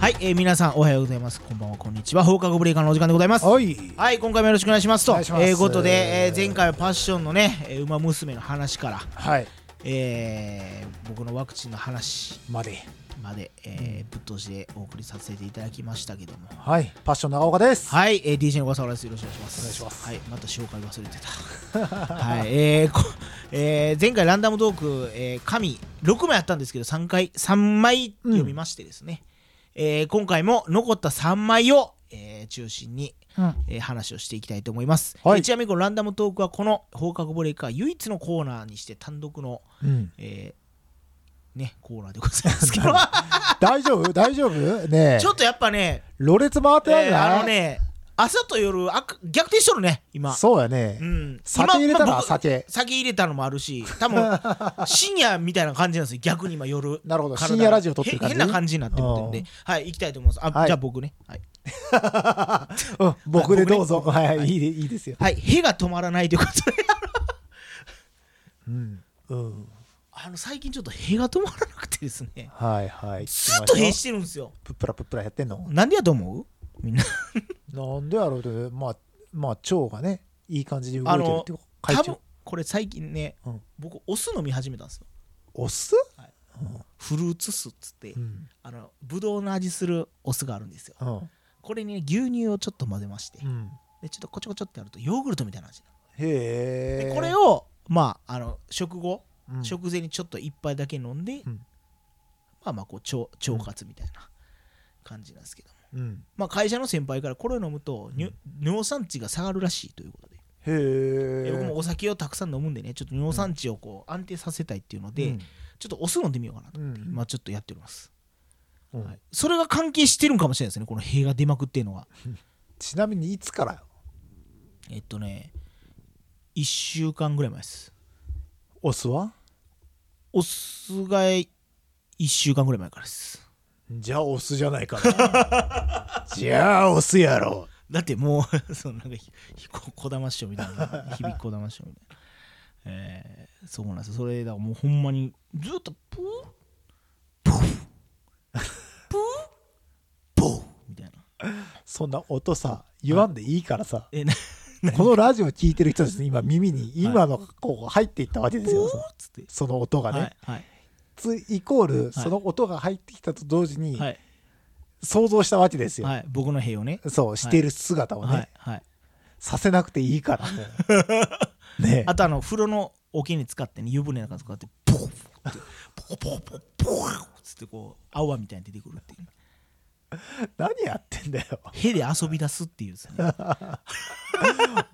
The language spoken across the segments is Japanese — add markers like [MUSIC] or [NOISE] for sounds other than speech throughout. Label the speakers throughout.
Speaker 1: はい、えー、皆さんおはようございます。こんばんは、こんにちは。放課後ブレイカーのお時間でございます。
Speaker 2: はい。
Speaker 1: はい、今回もよろしくお願いしますと。
Speaker 2: お願いします
Speaker 1: えーことで、えー前回はパッションのね、えー、馬娘の話から、
Speaker 2: はい。
Speaker 1: えー僕のワクチンの話
Speaker 2: まで。
Speaker 1: まで、えーぶっ通しでお送りさせていただきましたけども。はい
Speaker 2: はい。パッション長岡です。い。
Speaker 1: はい、えー、DJ の小笠原です。よろしくお願いします。
Speaker 2: お願いします
Speaker 1: はい、また紹介忘れてた。 [LAUGHS] はい、えーこえー前回ランダムトーク、えー、神6枚あったんですけど、3回、三枚って読みましてですね、えー今回も残った3枚を、えー中心に、
Speaker 2: うん。
Speaker 1: えー話をしていきたいと思います、
Speaker 2: はい
Speaker 1: えーちなみにこのランダムトークはこの放課後ブレイカー唯一のコーナーにして単独の、
Speaker 2: うん、
Speaker 1: えーね、コーナーでございますけ
Speaker 2: [LAUGHS]
Speaker 1: ど
Speaker 2: 大丈夫大丈夫ねえ。
Speaker 1: [LAUGHS] ちょっとやっぱ
Speaker 2: [LAUGHS]
Speaker 1: ね、
Speaker 2: ろれつ回ってない
Speaker 1: えー
Speaker 2: な、
Speaker 1: あのね朝と夜あく逆転しとるね今
Speaker 2: そうやね。
Speaker 1: うん、
Speaker 2: 酒入れたな
Speaker 1: 今まあ僕
Speaker 2: 酒
Speaker 1: 酒入れたのもあるし多
Speaker 2: [LAUGHS]
Speaker 1: 分深夜みたいな感じなんですよ逆に今夜
Speaker 2: なるほど
Speaker 1: 体が
Speaker 2: 深夜ラジオ撮ってる感
Speaker 1: へ
Speaker 2: じ
Speaker 1: 変な感じになってもってんではい行きたいと思いますあ、
Speaker 2: はい
Speaker 1: じゃあ僕ねはい、
Speaker 2: うん、僕でどうぞ。
Speaker 1: 僕ね
Speaker 2: はい、いいで、いいですよ。
Speaker 1: はい、屁が止まらないということで [LAUGHS]
Speaker 2: うん。うん。
Speaker 1: あの最近ちょっと屁が止まらなくてですね
Speaker 2: はいはい。
Speaker 1: ずっと
Speaker 2: いきま
Speaker 1: 屁
Speaker 2: し
Speaker 1: してるんですよ
Speaker 2: ょうプップラプップラやってんの
Speaker 1: なんでやと思うみんな
Speaker 2: なんでやろうで、まあ、まあ、腸がね、いい感じに動い
Speaker 1: あ
Speaker 2: てるっ
Speaker 1: の
Speaker 2: ていうか、会
Speaker 1: 多分
Speaker 2: 長。
Speaker 1: これ最近ね、
Speaker 2: うん
Speaker 1: 僕お酢飲み始めたんですよ
Speaker 2: お酢
Speaker 1: フルーツ酢っつって、
Speaker 2: うん。
Speaker 1: あのぶどうの味するお酢があるんですよ
Speaker 2: うん。
Speaker 1: これに、ね、牛乳をちょっと混ぜまして、
Speaker 2: うん。
Speaker 1: でちょっとこちょこちょってやるとヨーグルトみたいな味にな
Speaker 2: へ
Speaker 1: る、
Speaker 2: え。
Speaker 1: でこれをまああの食後、
Speaker 2: うん、
Speaker 1: 食前にちょっと一杯だけ飲んで、
Speaker 2: うん
Speaker 1: まあまあこう腸腸活みたいな感じなんですけども、
Speaker 2: うん。
Speaker 1: まあ、会社の先輩からこれを飲むと、に尿酸値が下がるらしいということで、
Speaker 2: へ
Speaker 1: で
Speaker 2: え。
Speaker 1: 僕もお酒をたくさん飲むんでねちょっと尿酸値をこう安定させたいっていうので、
Speaker 2: うん
Speaker 1: ちょっとお酢飲んでみようかなと思って、
Speaker 2: うん
Speaker 1: 今ちょっとやっております、
Speaker 2: うん
Speaker 1: はい、それが関係してるんかもしれないですねこの塀が出まくっていうのが
Speaker 2: ちなみにいつから
Speaker 1: えっとね1週間ぐらい前です
Speaker 2: お酢は
Speaker 1: お酢が1週間ぐらい前からです
Speaker 2: じゃあお酢じゃないかな [LAUGHS] じゃあお酢やろ
Speaker 1: だってもう [LAUGHS] そのなんかひひここだま師匠みたい [LAUGHS] な響きこだま師匠みたいなえー、そうなんですよそれだからもうほんまにずっとプープ [LAUGHS] ープーポーみたいな
Speaker 2: そんな音さ言わんでいいからさ
Speaker 1: えな
Speaker 2: このラジオ聞いてる人たちに今耳に今のこう入っていったわけですよ
Speaker 1: プーっつって
Speaker 2: その音がね、
Speaker 1: はいはい
Speaker 2: つイコールその音が入ってきたと同時に
Speaker 1: はい、
Speaker 2: 想像したわけですよ、
Speaker 1: はい、僕の兵をね
Speaker 2: そうしている姿をね、
Speaker 1: はいはい
Speaker 2: させなくていいからもうね
Speaker 1: あとあの風呂の桶に使ってね湯船なんか使ってポコ [LAUGHS] ポコポコポコポコっつってこう泡みたいに出てくるっていう
Speaker 2: 何やってんだよ
Speaker 1: 屁で遊び出すっていうです
Speaker 2: [LAUGHS]
Speaker 1: ね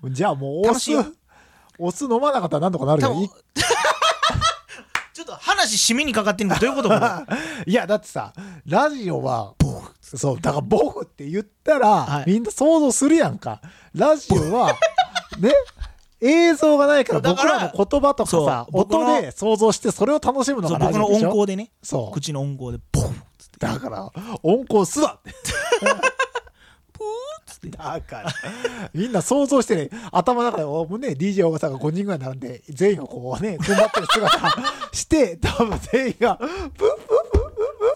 Speaker 2: じゃあもうお
Speaker 1: 楽し
Speaker 2: 酢
Speaker 1: いよ
Speaker 2: お酢飲まなかったらなんとかなる
Speaker 1: 多
Speaker 2: よ
Speaker 1: 分 [LAUGHS]
Speaker 2: い
Speaker 1: ちょっと話締めにかかってんのどういう
Speaker 2: [LAUGHS]
Speaker 1: ことか
Speaker 2: いやだってさラジオはそうだからボフって言ったら、
Speaker 1: はい
Speaker 2: みんな想像するやんかラジオ
Speaker 1: [LAUGHS]
Speaker 2: はね映像がないから
Speaker 1: だ
Speaker 2: 僕
Speaker 1: から
Speaker 2: らの言葉とかさ
Speaker 1: そう僕の
Speaker 2: 音で想像してそれを楽しむの
Speaker 1: そ
Speaker 2: が
Speaker 1: う
Speaker 2: ラ
Speaker 1: 僕
Speaker 2: ジ
Speaker 1: の音高
Speaker 2: オでしょ
Speaker 1: でね
Speaker 2: そう
Speaker 1: 口の音高でポンっつって
Speaker 2: だから音高すだって
Speaker 1: プーっつって
Speaker 2: だからみんな想像してね頭の中でおもうね DJ 大賀さんが5人ぐらい並んで全員がこうね踏ん張ってる
Speaker 1: [LAUGHS]
Speaker 2: 姿して多分全員がプンプンプンプンプン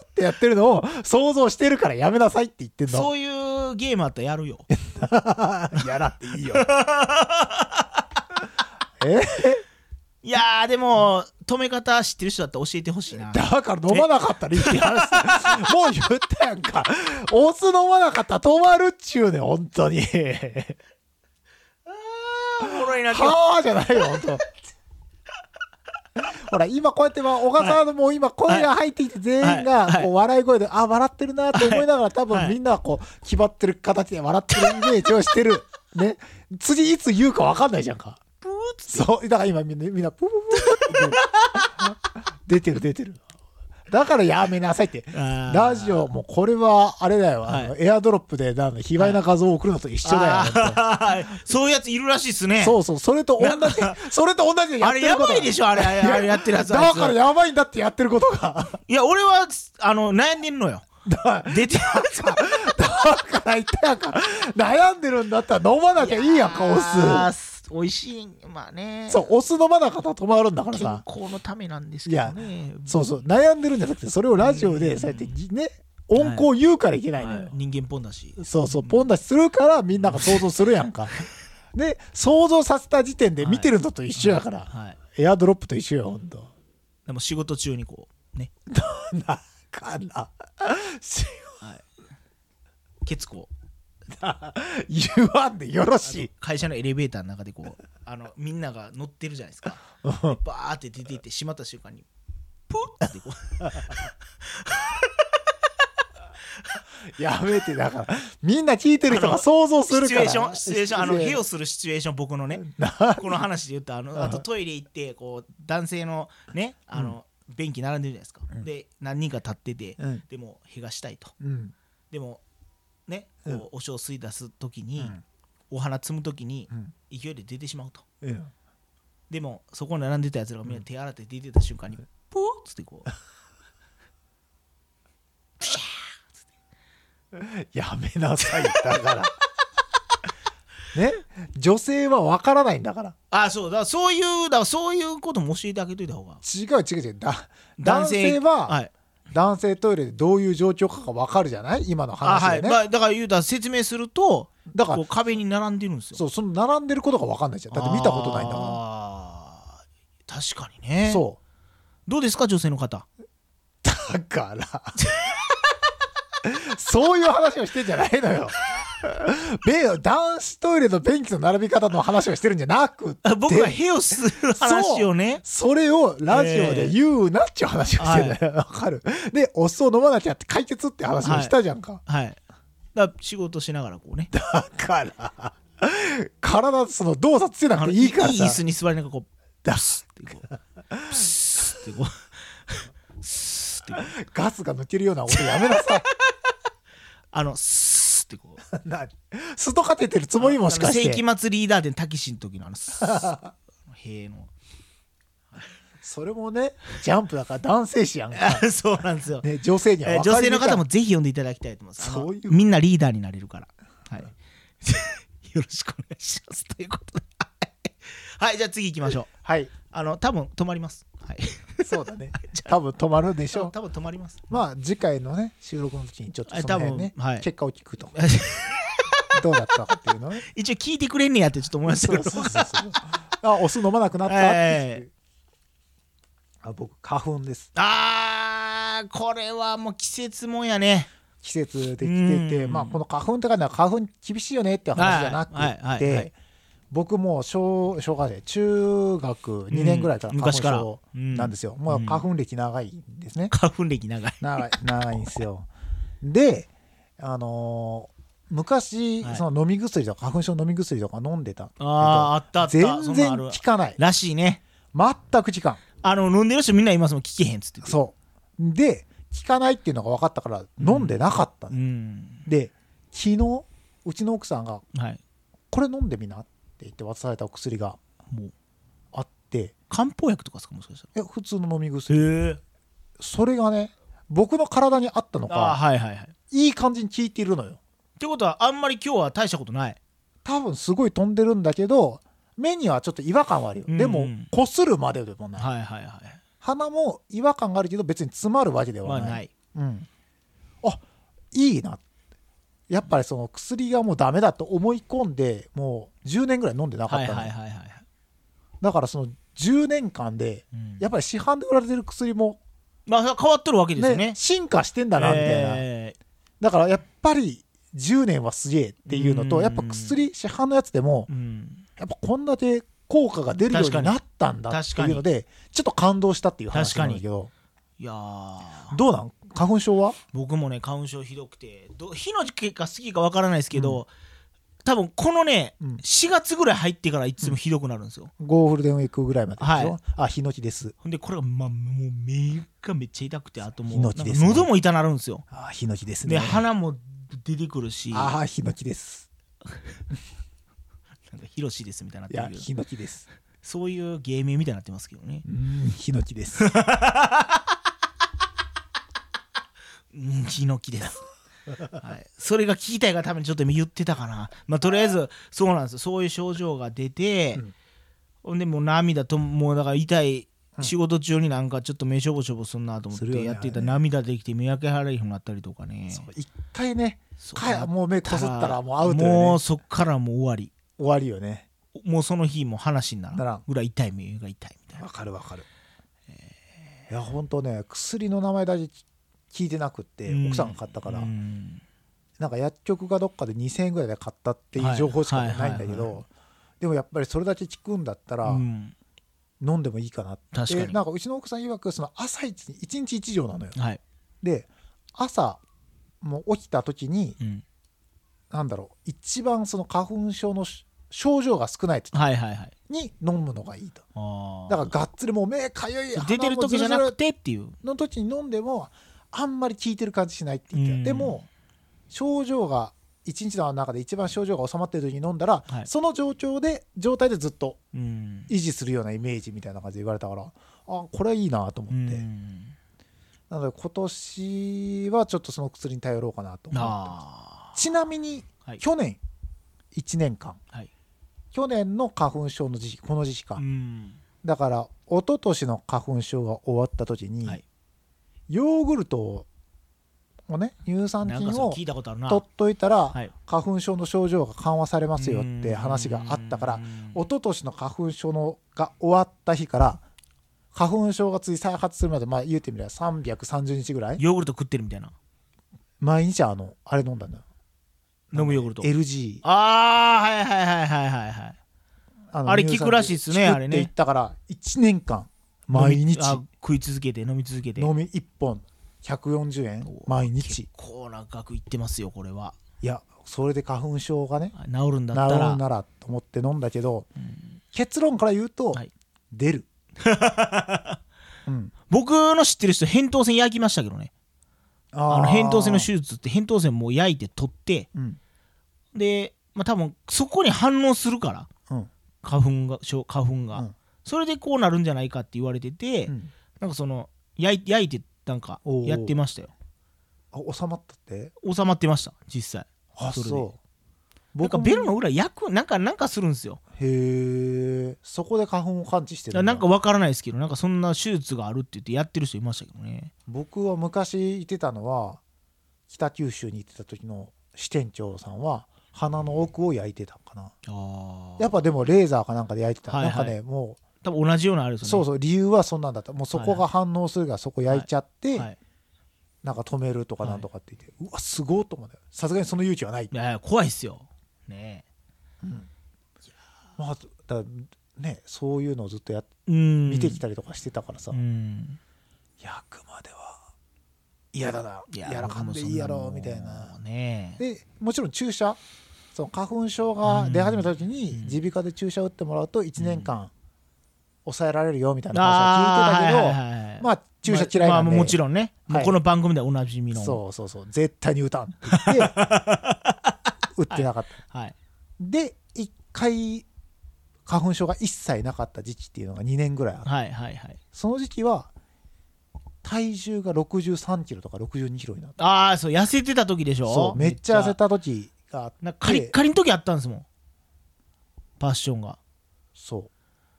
Speaker 2: ってやってるのを想像してるからやめなさいって言ってんの
Speaker 1: そういうゲームあったらやる
Speaker 2: [LAUGHS]
Speaker 1: よ
Speaker 2: やらっていいよ。え
Speaker 1: いやーでも止め方知ってる人だったら教えてほしいな
Speaker 2: だから飲まなかったらいいって話だもう言ったやんか。お酢飲まなかったら止まるっちゅうねん、本当に。
Speaker 1: おもろいな今日
Speaker 2: はあじゃないよ、本当。ほら、今こうやって、まあ、小笠原のもう今声が入ってきて、全員
Speaker 1: はいは
Speaker 2: が
Speaker 1: い
Speaker 2: こう笑い声で、あ、笑ってるなと思いながら、多
Speaker 1: は
Speaker 2: 分
Speaker 1: い
Speaker 2: みんなはこう、決まってる形で笑ってるイメージをしてる。ね。次いつ言うか分かんないじゃんか。
Speaker 1: プーっつって
Speaker 2: そう、だから今みんな、みんな、プープープーって出てる。出てる、出てる。だからやめなさいって。
Speaker 1: あー
Speaker 2: ラジオもこれは、あれだよ、あの
Speaker 1: は
Speaker 2: エアドロップで、なんか、卑猥な画像を送るのと一緒だよ。本
Speaker 1: あー [LAUGHS] そういうやついるらしいっすね
Speaker 2: 当そうそう、それと同じ、それと同じでや
Speaker 1: あ
Speaker 2: って
Speaker 1: れ
Speaker 2: る
Speaker 1: や
Speaker 2: こと
Speaker 1: ばいでしょあれあれあれやってるやつあい
Speaker 2: だ
Speaker 1: つ
Speaker 2: からやばいんだってやってることが。
Speaker 1: いや、俺は、あの、悩んでんのよ。出てるやつが
Speaker 2: から言ったやんか悩んでるんだったら飲まなき [LAUGHS] ゃいいやんかお
Speaker 1: あー
Speaker 2: 酢
Speaker 1: す美味しいまあね
Speaker 2: そうお酢飲まなかったら止まるんだから
Speaker 1: 健
Speaker 2: さ
Speaker 1: 康のためなんですけどね
Speaker 2: そうそう悩んでるんじゃなくてそれをラジオ
Speaker 1: う
Speaker 2: で
Speaker 1: ん
Speaker 2: そうやってね温厚言うからいけないのよ、
Speaker 1: はい人間ポンだし
Speaker 2: そうそうポン出しするからみんなが想像するやんかで想像させた時点で見てるのと一緒やから、
Speaker 1: はい
Speaker 2: エアドロップと一緒よほんと [LAUGHS]
Speaker 1: でも仕事中にこうね
Speaker 2: なかな
Speaker 1: ケツこう
Speaker 2: 言わんでよろしい
Speaker 1: 会社のエレベーターの中でこうあのみんなが乗ってるじゃないですかでバーって出ていって閉まった瞬間にプッってこう
Speaker 2: やめてだからみんな聞いてる人が想像する
Speaker 1: シチュエ
Speaker 2: から
Speaker 1: ーション
Speaker 2: [LAUGHS]
Speaker 1: シチュエーションあの屁をするシチュエーション僕のねこの話で言ったあのあとトイレ行ってこう男性のねあの、便器並んでるじゃないですか、で何人か立ってて、
Speaker 2: うん
Speaker 1: でも屁がしたいと
Speaker 2: うん
Speaker 1: でもねこう、お小水出す時に、
Speaker 2: うん
Speaker 1: お花摘む時に、
Speaker 2: うん
Speaker 1: 勢いで出てしまうと
Speaker 2: うん
Speaker 1: でもそこに並んでたやつらがみんな手洗って出てた瞬間に、ポーッつってこう
Speaker 2: やめなさいだ
Speaker 1: [LAUGHS]
Speaker 2: からね女性はわからないんだから
Speaker 1: ああそうだからそういうだからそういうことも教えてあげといた方が
Speaker 2: 違う違う違うだ男性
Speaker 1: は
Speaker 2: はい男性トイレでどういう状況かがわかるじゃない今の話でね、
Speaker 1: あはいまあ、だから言うたら説明すると
Speaker 2: だから
Speaker 1: こう壁に並んでるんですよ
Speaker 2: そうその並んでることがわかんないじゃんだって見たことないんだも
Speaker 1: あー確かにね
Speaker 2: んそう
Speaker 1: どうですか女性の
Speaker 2: [LAUGHS]
Speaker 1: 方
Speaker 2: だからそういう話をしてんじゃないのよべ男子トイレの便器の並び方の話をしてるんじゃなくて
Speaker 1: あ僕がヘをする話をね
Speaker 2: それをラジオで言うなっていう話をしてるわ、よわかるでお酢を飲まなきゃって解決って話をしたじゃんか、
Speaker 1: はいだから仕事しながらこうね
Speaker 2: だから体その動作つけなくていいから
Speaker 1: あの椅子
Speaker 2: さ
Speaker 1: に座りながらこう
Speaker 2: だ
Speaker 1: ってこうプスってこう [LAUGHS] スってこう
Speaker 2: ガスが抜けるような音やめなさい [LAUGHS]
Speaker 1: あのスってこう
Speaker 2: なストカテてるつもりもしかし
Speaker 1: あの
Speaker 2: て
Speaker 1: 世紀末リーダーでたけしの時のあのスー塀の
Speaker 2: それもねジャンプだから男性誌やんか、
Speaker 1: あ [LAUGHS] そうなんですよ
Speaker 2: ね、女性には
Speaker 1: えー
Speaker 2: 分か
Speaker 1: 女
Speaker 2: り
Speaker 1: 性
Speaker 2: に
Speaker 1: の
Speaker 2: くい
Speaker 1: 方もぜひ読んでいただきたいと思います。あの
Speaker 2: そういう
Speaker 1: みんなリーダーになれるから。はい、 [LAUGHS] よろしくお願いします。ということで。はいはい、じゃあ次行きましょう。
Speaker 2: はい
Speaker 1: あの多分止まります。はい、
Speaker 2: そう
Speaker 1: [LAUGHS]
Speaker 2: だね。多分止まるでしょ
Speaker 1: 多分止まります。
Speaker 2: う。まあ次回のね収録の時にちょっと
Speaker 1: え
Speaker 2: その辺ね、
Speaker 1: 多分はい
Speaker 2: 結果を聞くと [LAUGHS] どうだったかっていうの
Speaker 1: [LAUGHS]
Speaker 2: ね。
Speaker 1: 一応聞いてくれんねやってちょっと思いました
Speaker 2: そ
Speaker 1: け
Speaker 2: う
Speaker 1: ど。
Speaker 2: そうそうそう。あお酢飲まな
Speaker 1: [LAUGHS]
Speaker 2: くなったっていう、
Speaker 1: え
Speaker 2: あ僕花粉です。
Speaker 1: あー、これはもう季節もんやね。
Speaker 2: 季節で来てて、
Speaker 1: うん
Speaker 2: まあこの花粉ってかね花粉厳しいよねっていう話じゃなくて。
Speaker 1: はいはいはいはい
Speaker 2: 僕もう小小学生中学2年ぐらいから
Speaker 1: うん
Speaker 2: 花粉
Speaker 1: 昔から
Speaker 2: 症なんですよ、もう花粉歴長いんですね、
Speaker 1: 花粉歴長い。
Speaker 2: 長い長いんですよであのー昔、
Speaker 1: はい
Speaker 2: その飲み薬とか花粉症の飲み薬とか飲んでたけ
Speaker 1: あ
Speaker 2: ど
Speaker 1: ー、あったあった。そん
Speaker 2: 全
Speaker 1: なんあ
Speaker 2: 然
Speaker 1: る
Speaker 2: 効かない
Speaker 1: らしいね。
Speaker 2: 全く時間
Speaker 1: あの飲んでる人みんな今すも聞けへんっつってて。
Speaker 2: そうで効かないっていうのが分かったから飲んでなかった、
Speaker 1: うん。
Speaker 2: で昨日うちの奥さんが
Speaker 1: はい。
Speaker 2: 「これ飲んでみな」って言って渡されたお薬が
Speaker 1: もう
Speaker 2: あって
Speaker 1: 漢方薬とかですかもしかした
Speaker 2: え普通の飲み薬
Speaker 1: ら。へえ。
Speaker 2: それがね僕の体に合ったの
Speaker 1: あー
Speaker 2: か
Speaker 1: はいはいはい。
Speaker 2: いい感じに効いているのよ
Speaker 1: ってことはあんまり今日は大したことない
Speaker 2: 多分すごい飛んでるんだけど目にはちょっと違和感はあるよ、
Speaker 1: うん
Speaker 2: でもこするまででもない、
Speaker 1: はいはいはい
Speaker 2: 鼻も違和感があるけど別に詰まるわけで
Speaker 1: ま
Speaker 2: は
Speaker 1: あ
Speaker 2: ない,、
Speaker 1: ない
Speaker 2: うん、あいいなやっぱりその薬がもうダメだと思い込んでもう10年ぐらい飲んでなか
Speaker 1: は
Speaker 2: っ
Speaker 1: い
Speaker 2: た
Speaker 1: は
Speaker 2: の、
Speaker 1: いはいはい
Speaker 2: だからその10年間で
Speaker 1: うん
Speaker 2: やっぱり市販で売られてる薬も、
Speaker 1: まあそれは変わっとるわけ
Speaker 2: ね
Speaker 1: ですよね
Speaker 2: 進化してんだなみたいな、
Speaker 1: え
Speaker 2: だからやっぱり10年はすげえっていうのと、
Speaker 1: うん
Speaker 2: やっぱ薬市販のやつでも
Speaker 1: ーうん
Speaker 2: やっぱこんだけ効果が出るようになったんだっていうのでちょっと感動したっていう話なんだけど
Speaker 1: いやー
Speaker 2: どうなん花粉症は
Speaker 1: 僕もね花粉症ひどくてど日の時期が好きかわからないですけど、多分このね、
Speaker 2: うん
Speaker 1: 4月ぐらい入ってからいつもひどくなるんですよ、
Speaker 2: ゴールデンウィークぐらいまででしょ、
Speaker 1: はい
Speaker 2: あヒノキです
Speaker 1: ほんでこれが、まあ、もう目がめっちゃ痛くてあともう
Speaker 2: ヒ
Speaker 1: な
Speaker 2: ノ
Speaker 1: ん
Speaker 2: キ
Speaker 1: か
Speaker 2: ですね
Speaker 1: 喉も痛なるんですよ
Speaker 2: あヒノキです
Speaker 1: で
Speaker 2: ね
Speaker 1: 鼻も出てくるしなんか
Speaker 2: あヒノキです
Speaker 1: ヒロシですみたいに
Speaker 2: い
Speaker 1: なっ
Speaker 2: や
Speaker 1: てるけ
Speaker 2: ヒ
Speaker 1: ど
Speaker 2: ノキです
Speaker 1: そういう芸名みたいになってますけどね
Speaker 2: うんヒノキです
Speaker 1: うんヒノキです。はい、それが聞きたいがためにちょっと今言ってたかな、まあ、とりあえずそうなんですよそういう症状が出て、
Speaker 2: うん
Speaker 1: ほんでもう涙ともうだから痛い仕事中になんかちょっと目しょぼしょぼすんなと思っ
Speaker 2: するよ
Speaker 1: て
Speaker 2: ね
Speaker 1: やっていたら涙できて見分け払いになったりとかね
Speaker 2: そう一回ね
Speaker 1: そう
Speaker 2: かもう目こすったらもうアウトよね
Speaker 1: もうそっからもう終わり
Speaker 2: 終わりよね
Speaker 1: もうその日もう話にな
Speaker 2: なら
Speaker 1: ら
Speaker 2: ん
Speaker 1: んぐらい痛い目が痛いみたいな
Speaker 2: わかるわかる、いやほんとね薬の名前だけ聞いてなくって、
Speaker 1: うん
Speaker 2: 奥さんが買ったから、
Speaker 1: うん
Speaker 2: なんか薬局がどっかで2000円ぐらいで買ったっていう情報しかないんだけ
Speaker 1: はいはいはいは
Speaker 2: どでもやっぱりそれだけ効くんだったら、
Speaker 1: うん
Speaker 2: 飲んでもいいかなって
Speaker 1: 確かに
Speaker 2: でなんかうちの奥さん曰くその朝一に1日1錠なのよ
Speaker 1: はい、
Speaker 2: で朝もう起きた時に
Speaker 1: うん、
Speaker 2: なんだろう一番その花粉症のし症状が少ない時
Speaker 1: はいはいはい
Speaker 2: に飲むのがいいと
Speaker 1: あー
Speaker 2: だからがっつりもう目かゆい
Speaker 1: 出てる時じゃなくてっていう
Speaker 2: の時に飲んでもあんまり効いてる感じしないって言ってた
Speaker 1: うん
Speaker 2: でも症状が一日の中で一番症状が収まってる時に飲んだら、
Speaker 1: はい
Speaker 2: その状況で状態でずっと
Speaker 1: うん
Speaker 2: 維持するようなイメージみたいな感じで言われたからあこれはいいなと思って、
Speaker 1: うん
Speaker 2: なので今年はちょっとその薬に頼ろうかなと思ってま
Speaker 1: あ
Speaker 2: すちなみに、
Speaker 1: あはい
Speaker 2: 去年1年間
Speaker 1: はい
Speaker 2: 去年の花粉症の時期この時期か、
Speaker 1: うん
Speaker 2: だから一昨年の花粉症が終わった時に、
Speaker 1: はい
Speaker 2: ヨーグルトをね乳酸
Speaker 1: なん
Speaker 2: 菌
Speaker 1: かそれ
Speaker 2: を
Speaker 1: 聞いたことあるな
Speaker 2: 取っといたら、
Speaker 1: はい
Speaker 2: 花粉症の症状が緩和されますよって話があったから
Speaker 1: うん
Speaker 2: 一昨年の花粉症のが終わった日から花粉症が次再発するまでまあ言うてみれば330日ぐらい
Speaker 1: ヨーグルト食ってるみたいな
Speaker 2: 毎日あのあれ飲んだんだよ
Speaker 1: 飲むヨーグルト
Speaker 2: LG
Speaker 1: ああはいはいはいはいはいはい
Speaker 2: あの
Speaker 1: あれ
Speaker 2: 乳酸菌
Speaker 1: 効くらしいっすね
Speaker 2: 効く
Speaker 1: あれ
Speaker 2: っ
Speaker 1: ね
Speaker 2: て言ったから1年間毎
Speaker 1: 飲み
Speaker 2: 日
Speaker 1: あ食い続けて飲み続けて
Speaker 2: 飲み1本140円
Speaker 1: お
Speaker 2: 毎
Speaker 1: 結
Speaker 2: 日
Speaker 1: 構な額いってますよこれはい
Speaker 2: やそれで花粉症がね
Speaker 1: あ治るんだ
Speaker 2: 治
Speaker 1: ったら
Speaker 2: るならと思って飲んだけど
Speaker 1: うん
Speaker 2: 結論から言うと、
Speaker 1: はい
Speaker 2: 出
Speaker 1: [LAUGHS]
Speaker 2: る、うん、
Speaker 1: 僕の知ってる人扁桃腺焼きましたけどねあの
Speaker 2: ー
Speaker 1: 扁桃腺の手術って扁桃腺もう焼いて取って
Speaker 2: うん
Speaker 1: でまあ多分そこに反応するから
Speaker 2: うん
Speaker 1: 花粉がしょ花粉が、
Speaker 2: うん
Speaker 1: それでこうなるんじゃないかって言われてて、
Speaker 2: うん
Speaker 1: なんかその焼い焼いてなんか
Speaker 2: おうおう
Speaker 1: やってましたよ
Speaker 2: あ収まったって
Speaker 1: 収まってました実際
Speaker 2: あ
Speaker 1: それで
Speaker 2: そう
Speaker 1: なんか
Speaker 2: も
Speaker 1: ベルの裏焼くなんかなんかするんですよ
Speaker 2: へえそこで花粉を感知し
Speaker 1: だ
Speaker 2: てる
Speaker 1: から
Speaker 2: んだ
Speaker 1: なんかわからないですけどなんかそんな手術があるって言ってやってる人いましたけどね
Speaker 2: 僕は昔いてたのは北九州に行ってた時の支店長さんは鼻の奥を焼いてたかな
Speaker 1: あ
Speaker 2: やっぱでもレーザーかなんかで焼いてた、
Speaker 1: はいはい
Speaker 2: なんかねもう
Speaker 1: 多分同じようなあれですよね
Speaker 2: そうそう理由はそんなんだったもうそ
Speaker 1: はい
Speaker 2: こ
Speaker 1: は
Speaker 2: が反応するからそこ焼いちゃって、
Speaker 1: はい、
Speaker 2: なんか止めるとかなんとかって言って、うわすごいと思うんだよさすがにその勇気はない
Speaker 1: いやいや怖いっすよね
Speaker 2: まあだねそういうのをずっとやっ
Speaker 1: えうん
Speaker 2: 見てきたりとかしてたからさ、
Speaker 1: うん
Speaker 2: 役までは嫌だなやらか
Speaker 1: 僕
Speaker 2: ん
Speaker 1: も
Speaker 2: で
Speaker 1: そん
Speaker 2: いいやろ
Speaker 1: もう
Speaker 2: みたいな
Speaker 1: ねえ
Speaker 2: でもちろん注射その花粉症が出始めた時
Speaker 1: うん
Speaker 2: に耳鼻科で注射打ってもらうと1年間抑えられるよみたいな話は聞いてたけど、
Speaker 1: あーはいはいはい
Speaker 2: まあ注射嫌いなんで、
Speaker 1: まあ、もちろんね、
Speaker 2: はい
Speaker 1: もうこの番組ではおなじみの
Speaker 2: そうそうそう絶対に打たんって
Speaker 1: [LAUGHS]
Speaker 2: 言って打ってなかった、
Speaker 1: はい
Speaker 2: で1回花粉症が一切なかった時期っていうのが2年ぐらいあって
Speaker 1: はいはいはい
Speaker 2: その時期は体重が63キロとか62キロになった
Speaker 1: ああそう痩せてた時でしょ
Speaker 2: そうめっちゃ痩せた時があって
Speaker 1: なんかカリッカリの時あったんですもんパッションが
Speaker 2: そう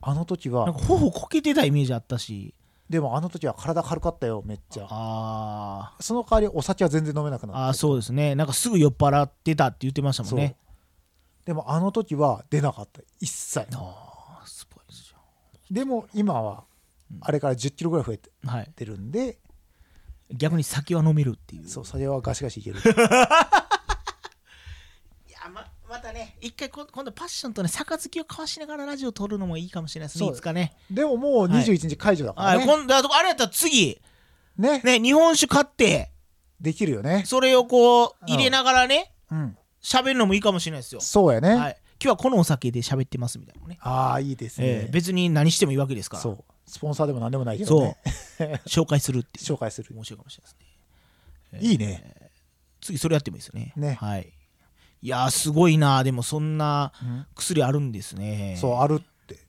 Speaker 2: あの時
Speaker 1: なん
Speaker 2: は
Speaker 1: か頬こけてたイメージあったし
Speaker 2: でもあの時は体軽かったよめっちゃ
Speaker 1: あー
Speaker 2: その代わりお酒は全然飲めなくな
Speaker 1: あー
Speaker 2: っ
Speaker 1: そうですねなんかすぐ酔っ払ってたって言ってました
Speaker 2: た
Speaker 1: もんね
Speaker 2: でもあの時は出なかった一切
Speaker 1: ああすごいですよ
Speaker 2: でも今はあれから1 0キロぐらい増えて
Speaker 1: はい
Speaker 2: るんで、
Speaker 1: 逆に酒は飲めるっていう
Speaker 2: そうそれはガシガシいける
Speaker 1: いやままたね一回こ今度パッションとね杯を交わしながらラジオ撮るのもいいかもしれないですね
Speaker 2: そう
Speaker 1: いつかね
Speaker 2: [LAUGHS] でももう21日解除だか
Speaker 1: あ
Speaker 2: らね,、
Speaker 1: 今度あとあれやったら次
Speaker 2: ね
Speaker 1: ね日本酒買って
Speaker 2: できるよね
Speaker 1: それをこう
Speaker 2: うん
Speaker 1: 入れながらね
Speaker 2: うん
Speaker 1: 喋るのもいいかもしれないですよ
Speaker 2: そうやね、
Speaker 1: はい、今日はこのお酒で喋ってますみたいなね、
Speaker 2: ああいいですね、
Speaker 1: ええ別に何してもいいわけですから
Speaker 2: そうスポンサーでも何でもないけど
Speaker 1: そう
Speaker 2: ね [LAUGHS]
Speaker 1: 紹介するっていう
Speaker 2: 紹介する
Speaker 1: 面白いかもしれないですね
Speaker 2: いいね
Speaker 1: 次それやってもいいですよね
Speaker 2: ね
Speaker 1: はい、いやーすごいなでもそんな薬あるんですね
Speaker 2: そうあるって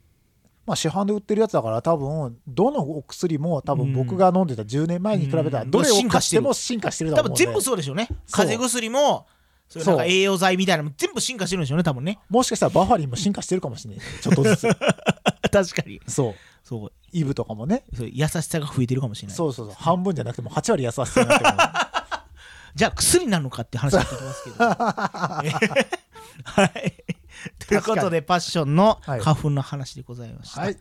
Speaker 2: まあ、市販で売ってるやつだから多分どのお薬も多分僕が飲んでた10年前に比べたら
Speaker 1: うん
Speaker 2: どれを
Speaker 1: 進化
Speaker 2: 買
Speaker 1: し
Speaker 2: ってて
Speaker 1: る
Speaker 2: も進化してると
Speaker 1: 多
Speaker 2: 思
Speaker 1: 分
Speaker 2: うん
Speaker 1: 全
Speaker 2: で
Speaker 1: 部そうでしょうね
Speaker 2: そう
Speaker 1: 風邪薬もそういうなんか
Speaker 2: そう
Speaker 1: 栄養剤みたいなのも全部進化してるんでしょうね多分ね
Speaker 2: もしかしたらバファリンも進化してるかもしれないちょっとず [LAUGHS] つ
Speaker 1: 確かに
Speaker 2: そう
Speaker 1: そう
Speaker 2: イブとかもね
Speaker 1: そう優しさが増えてるかもしれない
Speaker 2: そうそうそう半分じゃなくても8割安させてなって [LAUGHS] る
Speaker 1: じゃあ薬なのかって話になってきますけど
Speaker 2: [LAUGHS]
Speaker 1: はい [LAUGHS] ということでパッションの
Speaker 2: はい
Speaker 1: 花粉の話でございました、
Speaker 2: はい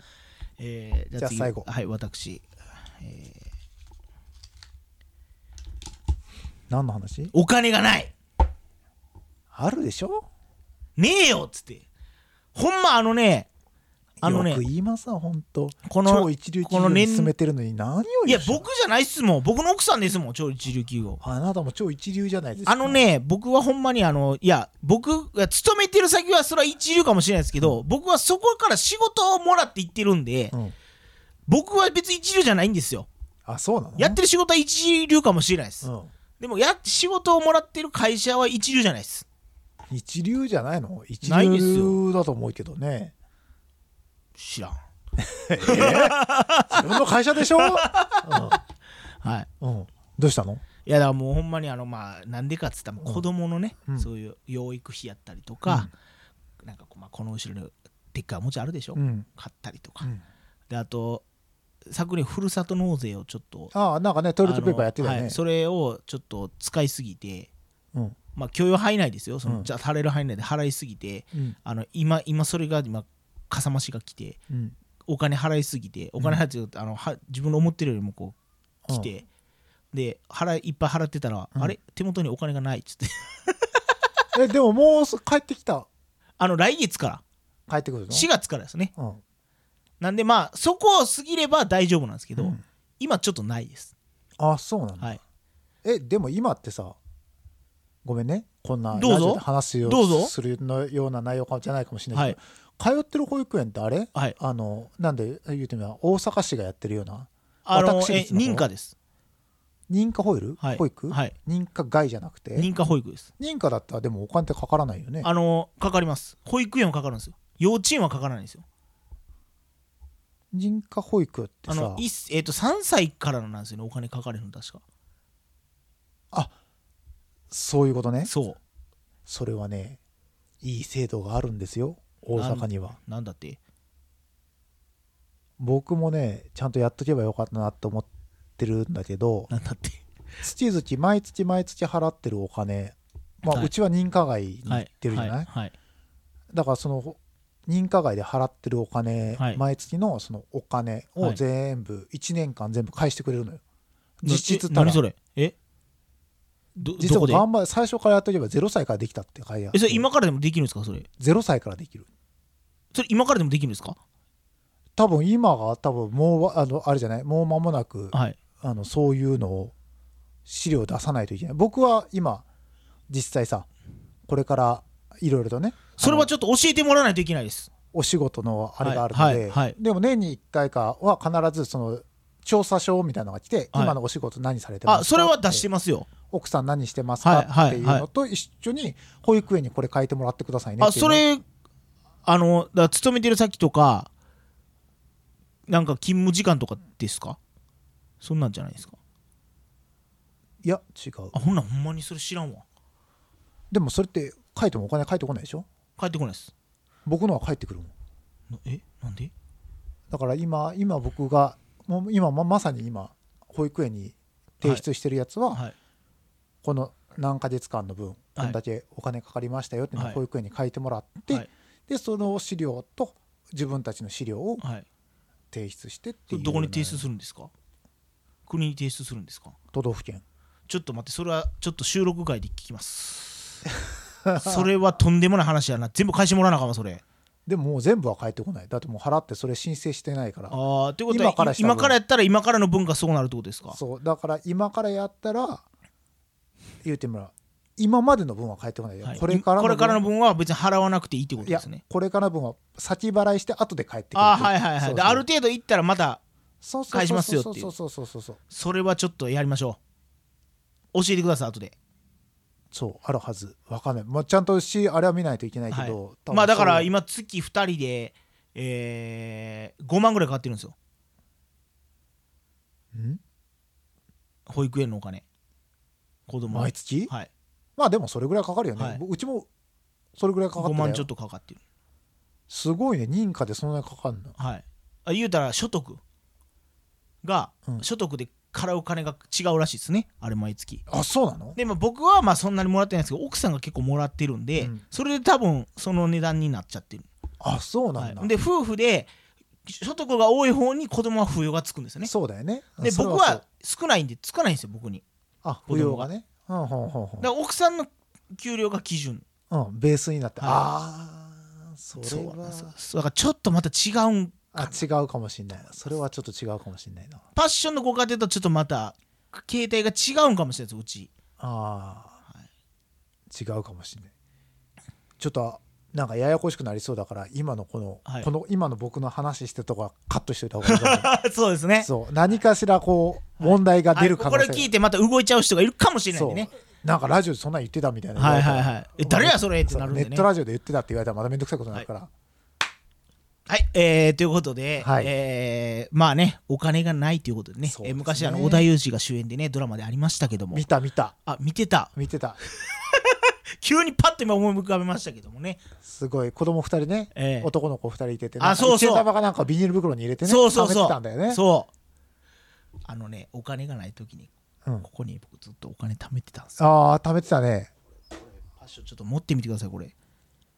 Speaker 1: えーじ
Speaker 2: じゃあ最後
Speaker 1: はい私
Speaker 2: 何の話
Speaker 1: お金がない
Speaker 2: あるでしょ
Speaker 1: ねえよっつってほんまあのねあのね
Speaker 2: よく言いますわほんと
Speaker 1: この
Speaker 2: 超一流
Speaker 1: この
Speaker 2: 企業
Speaker 1: 年
Speaker 2: に進めてるのに何を
Speaker 1: いや
Speaker 2: しょ
Speaker 1: 僕じゃないっすもん僕の奥さんですもん超一流企業
Speaker 2: あなたも超一流じゃないですか
Speaker 1: あのね僕はほんまにあのいや僕が勤めてる先はそれは一流かもしれないですけど、僕はそこから仕事をもらって行ってるんで、
Speaker 2: うん
Speaker 1: 僕は別に一流じゃないんですよ
Speaker 2: あそうなの
Speaker 1: やってる仕事は一流かもしれないです、
Speaker 2: うん
Speaker 1: でもや仕事をもらってる会社は一流じゃないです
Speaker 2: 一流じゃないの一
Speaker 1: ないです
Speaker 2: 流だと思うけどね
Speaker 1: 知らん
Speaker 2: 自分の会社で
Speaker 1: [LAUGHS]
Speaker 2: しょ、
Speaker 1: はい
Speaker 2: うんうん、どうしたの
Speaker 1: いやだからもうほんまにあのまあなんでかっつったらもう子供のね、
Speaker 2: うん
Speaker 1: そういう養育費やったりとか、なんかこうまあこの後ろにでっかいおもちゃあるでしょ、
Speaker 2: うん
Speaker 1: 買ったりとか、
Speaker 2: うん
Speaker 1: であと昨年ふるさと納税をちょっと
Speaker 2: ああなんかねトイレットペーパーやってたよ
Speaker 1: あの
Speaker 2: ね
Speaker 1: はい、それをちょっと使いすぎて
Speaker 2: うん
Speaker 1: まあ許容範囲内ですよその、
Speaker 2: うん
Speaker 1: じゃあされる範囲内で払いすぎて
Speaker 2: うん
Speaker 1: あの今今それが今かさ増しが来て
Speaker 2: うん
Speaker 1: お金払いすぎてお金払って、あのは自分の思ってるよりもこう来て、で払いいっぱい払ってたら、
Speaker 2: うん
Speaker 1: あれ手元にお金がないっつって [LAUGHS]
Speaker 2: えでももうす帰ってきた
Speaker 1: あの来月から
Speaker 2: 帰ってくるの
Speaker 1: 4月からですね
Speaker 2: うん
Speaker 1: なんでまあそこを過ぎれば大丈夫なんですけど、
Speaker 2: うん
Speaker 1: 今ちょっとないです
Speaker 2: あそうなの、
Speaker 1: はい
Speaker 2: えでも今ってさごめんねこんなラジ
Speaker 1: どうぞ
Speaker 2: オで話を
Speaker 1: どうぞ
Speaker 2: するのような内容かもじゃないかもしれな
Speaker 1: はいい
Speaker 2: けど、通ってる保育園ってあれ
Speaker 1: はい
Speaker 2: あのなんで言うてみれば大阪市がやってるような
Speaker 1: あの
Speaker 2: 私
Speaker 1: え
Speaker 2: 立の方
Speaker 1: 認可です
Speaker 2: 認可ホイル、
Speaker 1: はい
Speaker 2: 保育、
Speaker 1: はい
Speaker 2: 認可外じゃなくて
Speaker 1: 認可保育です
Speaker 2: 認可だったらでもお金ってかからない [LAUGHS] よね
Speaker 1: あのかかります保育園はかかるんですよ幼稚園はかからないんですよ
Speaker 2: 認可保育って
Speaker 1: あ
Speaker 2: さ
Speaker 1: のいっえっと3歳からなんですよねお金かかれるの確か
Speaker 2: そういうことね
Speaker 1: そ
Speaker 2: それはねいい制度があるんですよ大阪には
Speaker 1: うなんだって
Speaker 2: 僕もねちゃんとやっとけばよかったなと思ってるんだけど
Speaker 1: なんだって
Speaker 2: 月々毎月毎月払ってるお金、まあ
Speaker 1: はいう
Speaker 2: ちは認可外に行ってるじゃない、
Speaker 1: はいはい
Speaker 2: だからその認可外で払ってるお金、
Speaker 1: はい
Speaker 2: 毎月のそのお金
Speaker 1: は
Speaker 2: を
Speaker 1: い
Speaker 2: 全部1年間全部返してくれるのよ
Speaker 1: な
Speaker 2: 実質
Speaker 1: え
Speaker 2: ただ
Speaker 1: 何それえど
Speaker 2: 実
Speaker 1: ど
Speaker 2: は
Speaker 1: こで
Speaker 2: 頑張最初からやっとけば0歳からできたって書いてある
Speaker 1: えそれ今からでもできるんですかそれ
Speaker 2: 0歳からできる
Speaker 1: それ今からでもできるんですか
Speaker 2: 多分今が多分もうあのあれじゃないもう間もなく
Speaker 1: はい
Speaker 2: あのそういうのを資料出さないといけない僕は今実際さこれからいろいろとね
Speaker 1: それは
Speaker 2: あの
Speaker 1: ちょっと教えてもらわないといけないです
Speaker 2: お仕事のあれがあるの
Speaker 1: はい
Speaker 2: で、
Speaker 1: はいはい
Speaker 2: でも年に1回かは必ずその調査書みたいなのが来て、
Speaker 1: はい
Speaker 2: 今のお仕事何されてますか
Speaker 1: あそれは出してますよ
Speaker 2: 奥さん何してます
Speaker 1: はいは
Speaker 2: か
Speaker 1: い
Speaker 2: っていうのと一緒に保育園にこれ書いてもらってくださいね
Speaker 1: あ
Speaker 2: っていう
Speaker 1: そ
Speaker 2: の
Speaker 1: れあのだから勤めてる先とかなんか勤務時間とかですかそんなんじゃないですか
Speaker 2: いや違う
Speaker 1: あほんなんほんまにそれ知らんわ
Speaker 2: でもそれって書いてもお金返ってこないでしょ
Speaker 1: 帰ってこないです
Speaker 2: 僕のは返ってくるもん
Speaker 1: なえなんで
Speaker 2: だから今今僕がもう今ままさに今保育園に提出してるやつは、
Speaker 1: はい
Speaker 2: この何ヶ月間の分こんだけお金かかりましたよっていうの
Speaker 1: は
Speaker 2: を
Speaker 1: い
Speaker 2: 保育園に書いてもらって、
Speaker 1: はい
Speaker 2: でその資料と自分たちの資料を
Speaker 1: はい
Speaker 2: 提出してって
Speaker 1: そ
Speaker 2: い
Speaker 1: れ
Speaker 2: うような
Speaker 1: どこに提出するんですか国に提出するんですか
Speaker 2: 都道府県
Speaker 1: ちょっと待ってそれはちょっと収録外で聞きます [LAUGHS] それはとんでもない話やな全部返してもらわなあかんわそれ
Speaker 2: でももう全部は返ってこないだってもう払ってそれ申請してないから
Speaker 1: ああということは
Speaker 2: 今からしたら
Speaker 1: 今からやったら今からの文化そうなるってことですか
Speaker 2: そうだから今からやったら言うてみれば今までの分は返ってこないよ、
Speaker 1: はい
Speaker 2: これからの
Speaker 1: これからの分は別に払わなくていいってこと
Speaker 2: い
Speaker 1: で
Speaker 2: や
Speaker 1: すね
Speaker 2: これからの分は先払いして後で返ってくる
Speaker 1: あーはいはいはい
Speaker 2: そうそう
Speaker 1: である程度行ったらまた
Speaker 2: そうそうそうそう
Speaker 1: 返しますよっていう
Speaker 2: そうそうそうそうそう
Speaker 1: それはちょっとやりましょう教えてください後で、
Speaker 2: そうあるはずわかんない、まあ、ちゃんとしあれは見ないといけないけど、多分
Speaker 1: まあだから
Speaker 2: それ
Speaker 1: 今月2人で、えー、5万ぐらいかかってるんですよ
Speaker 2: ん
Speaker 1: 保育園のお金子供の
Speaker 2: 毎月
Speaker 1: はい
Speaker 2: まあでもそれぐらいかかるよね、
Speaker 1: はいう
Speaker 2: ちもそれぐらいかかって
Speaker 1: 5
Speaker 2: たよ
Speaker 1: 万ちょっとかかってる
Speaker 2: すごいね認可でそんなにかかんの
Speaker 1: はいあ言うたら所得が、
Speaker 2: うん
Speaker 1: 所得で払う金が違うらしいですねあれ毎月
Speaker 2: あそうなの
Speaker 1: で、まあ、僕はまあそんなにもらってないんですけど奥さんが結構もらってるんで、
Speaker 2: うん
Speaker 1: それで多分その値段になっちゃってる、
Speaker 2: あそうな
Speaker 1: は
Speaker 2: んだ、
Speaker 1: い、で夫婦で所得が多い方に子供は扶養がつくんですよね
Speaker 2: そうだよね
Speaker 1: で
Speaker 2: それ
Speaker 1: 僕
Speaker 2: そう
Speaker 1: は少ないんでつかないんですよ僕に
Speaker 2: あ
Speaker 1: 子供
Speaker 2: 扶養がねうんうんうんう
Speaker 1: だ
Speaker 2: ん
Speaker 1: から奥さんの給料が基準
Speaker 2: うん、ベースになって、
Speaker 1: はい
Speaker 2: ああそれ
Speaker 1: そうなん
Speaker 2: は
Speaker 1: ですよそうだからちょっとまた違うん
Speaker 2: あ違うかもしれないそれはちょっと違うかもしれないな
Speaker 1: パッションのご家庭とちょっとまた携帯が違うんかもしれないですうち
Speaker 2: ああ、違うかもしれないちょっとなんかややこしくなりそうだから今のこの、
Speaker 1: はい
Speaker 2: この今の僕の話してるとこはカットしといた方がいいかもし
Speaker 1: [LAUGHS]
Speaker 2: れな
Speaker 1: そうですね
Speaker 2: い [LAUGHS] そう何かしらこう問題が出る可能
Speaker 1: あ
Speaker 2: 性
Speaker 1: これ聞い
Speaker 2: て
Speaker 1: てまた動いちゃう人がいるかもしれないんでね
Speaker 2: なんかラジオでそんなん言ってたみたいな
Speaker 1: はいはいはいえ誰やそれって
Speaker 2: そう
Speaker 1: なるんで
Speaker 2: ネッ
Speaker 1: ね
Speaker 2: トラジオで言ってたって言われたらまためんどくさいことになるから、
Speaker 1: はい、えー、ということで、
Speaker 2: はい
Speaker 1: えーまあねお金がないということでね
Speaker 2: そうですね
Speaker 1: えー昔あの織田裕二が主演でねドラマでありましたけども
Speaker 2: 見た見た
Speaker 1: あ見てた
Speaker 2: 見てた
Speaker 1: 急にパッと今思い浮かべましたけどもね
Speaker 2: すごい子供二人ね、
Speaker 1: ええ
Speaker 2: 男の子二人いてて
Speaker 1: あそうそう
Speaker 2: なんか一円玉かなんかビニール袋に入れてね
Speaker 1: そうそう
Speaker 2: 貯め
Speaker 1: そ
Speaker 2: てたんだよね
Speaker 1: うそうあのねお金がない時に
Speaker 2: うん
Speaker 1: ここに僕ずっとお金貯めてたんですよ
Speaker 2: ああ貯めてたね
Speaker 1: パッションちょっと持ってみてくださいこれ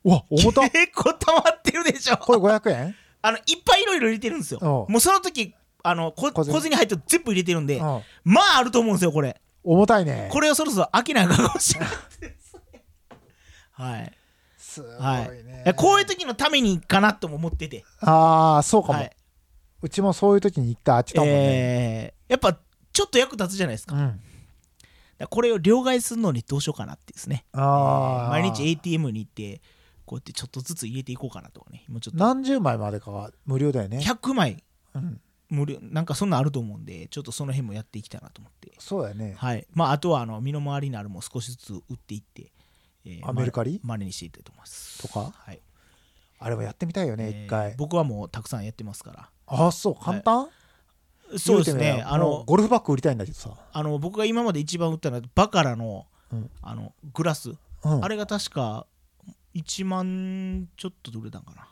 Speaker 2: うわ
Speaker 1: [LAUGHS]
Speaker 2: 重た
Speaker 1: 結構溜まってるでしょ
Speaker 2: これ500円
Speaker 1: あのいっぱいいろいろ入れてるんですよも
Speaker 2: うん
Speaker 1: うその時あのこ小
Speaker 2: 小銭
Speaker 1: 銭入ってる全部入れてるんで
Speaker 2: うん
Speaker 1: まああると思うんですよこれ
Speaker 2: 重たいね
Speaker 1: これをそろそろ飽きないかもしれないはい
Speaker 2: すごいね、
Speaker 1: はいえこういう時のためにかなとも思ってて
Speaker 2: ああそうかも、
Speaker 1: はいう
Speaker 2: ちもそういう時に行ったあっちだもんね、
Speaker 1: えーやっぱちょっと役立つじゃないですかだか
Speaker 2: うん
Speaker 1: らこれを両替するのにどうしようかなってですね
Speaker 2: ああ
Speaker 1: 毎日 ATM に行ってこうやってちょっとずつ入れていこうかなとかねもうちょっと
Speaker 2: 何十枚までかは無料だよね、
Speaker 1: 100枚
Speaker 2: うん、
Speaker 1: 無料なんかそんなんあると思うんでちょっとその辺もやっていきたいなと思って
Speaker 2: そうだよね
Speaker 1: はいまああとはあの身の回りのあるものを少しずつ売っていって、えー
Speaker 2: あメルカリ
Speaker 1: ま真似にしていきたいと思います
Speaker 2: とか
Speaker 1: はい
Speaker 2: あれもやってみたいよね
Speaker 1: えー
Speaker 2: 一、回
Speaker 1: 僕はもうたくさんやってますから
Speaker 2: ああそう簡単、
Speaker 1: そうです
Speaker 2: 言てみ
Speaker 1: ね
Speaker 2: れば
Speaker 1: あ
Speaker 2: もう
Speaker 1: の
Speaker 2: ゴルフバッグ売りたいんだけどさ、
Speaker 1: あの僕が今まで一番売ったのはバカラの
Speaker 2: うん
Speaker 1: あのグラス、
Speaker 2: うん、
Speaker 1: あれが確か1万ちょっとで売れたんかな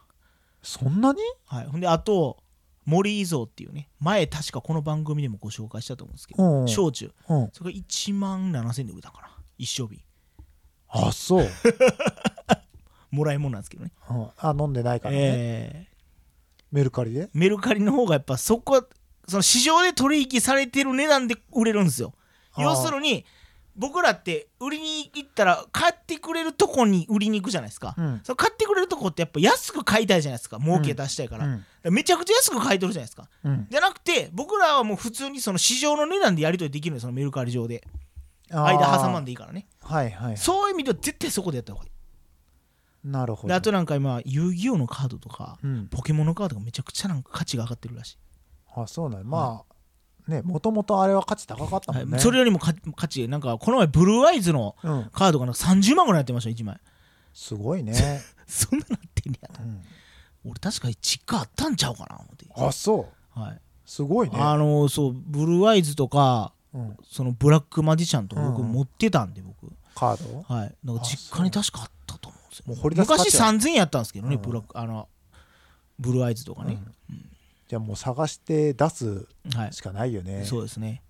Speaker 2: そんなに
Speaker 1: はい、ほんであと森伊蔵っていうね前確かこの番組でもご紹介したと思うんですけど、
Speaker 2: うんうん
Speaker 1: 焼酎
Speaker 2: うん
Speaker 1: それが1万7000で売れたかな一升瓶
Speaker 2: あ
Speaker 1: [LAUGHS]
Speaker 2: そう、う
Speaker 1: もらい物なんですけどね
Speaker 2: ん、あ飲んでないからね、
Speaker 1: え
Speaker 2: メルカリで
Speaker 1: ーメルカリの方がやっぱそこはその市場で取引されてる値段で売れるんですよ
Speaker 2: あー
Speaker 1: 要するに僕らって売りに行ったら買ってくれるとこに売りに行くじゃないですか、
Speaker 2: うん
Speaker 1: その買ってくれるとこってやっぱ安く買いたいじゃないですか儲け出したいから,、だからめちゃくちゃ安く買い取るじゃないですか
Speaker 2: うん、
Speaker 1: じゃなくて僕らはもう普通にその市場の値段でやり取りできるんですそのメルカリ上で間挟まん
Speaker 2: で
Speaker 1: でいいからね
Speaker 2: はいはい
Speaker 1: そういう意味では絶対そこでやった方がいい
Speaker 2: なるほ
Speaker 1: で
Speaker 2: ど
Speaker 1: あとなんか今遊戯王のカードとか、
Speaker 2: うん、
Speaker 1: ポケモンのカードがめちゃくちゃなんか価値が上がってるらしい、
Speaker 2: あそうなんまあねもともとあれは価値高かったもんね、
Speaker 1: はいそれよりもか価値なんかこの前ブルーアイズの
Speaker 2: うん、
Speaker 1: カードがなんか30万ぐらいやってました1枚
Speaker 2: すごいね、
Speaker 1: そんななってんねや
Speaker 2: うん、
Speaker 1: 俺確か実家あったんちゃうかな思って、
Speaker 2: あそう
Speaker 1: はい
Speaker 2: すごいね
Speaker 1: あのーそうブルーアイズとか
Speaker 2: うん、
Speaker 1: そのブラックマジシャンとか僕
Speaker 2: うん
Speaker 1: 持ってたんで僕、
Speaker 2: カード
Speaker 1: はい、なんか実家に確かあったと思うんですよ。
Speaker 2: もう掘り出す価
Speaker 1: 昔
Speaker 2: 値は
Speaker 1: 3000円やったんですけどね、
Speaker 2: うん
Speaker 1: ブラックあのブルーアイズとかね。
Speaker 2: じゃあもう探して出す
Speaker 1: はい、
Speaker 2: しかないよね
Speaker 1: そうですね。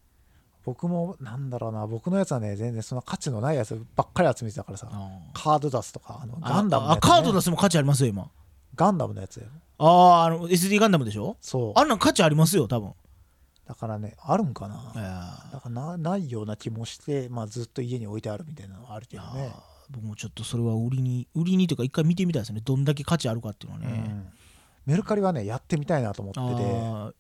Speaker 2: 僕もなんだろうな僕のやつはね全然その価値のないやつばっかり集めてたからさカード出すとかあのガンダムの
Speaker 1: あ
Speaker 2: や
Speaker 1: あ
Speaker 2: つ、ね、
Speaker 1: カード出すも価値ありますよ、今。
Speaker 2: ガンダムのやつよ
Speaker 1: ああ、あの SD ガンダムでしょ
Speaker 2: そう
Speaker 1: あんなん価値ありますよ、多分。
Speaker 2: だからねあるんかな
Speaker 1: えー
Speaker 2: だからなないような気もして、まあ、ずっと家に置いてあるみたいなのはあるけどね
Speaker 1: あー僕もちょっとそれは売りに、売りにというか、一回見てみたいですね、どんだけ価値あるかっていうのは
Speaker 2: う
Speaker 1: ね。
Speaker 2: んメルカリはねやってみたいなと思ってて
Speaker 1: あー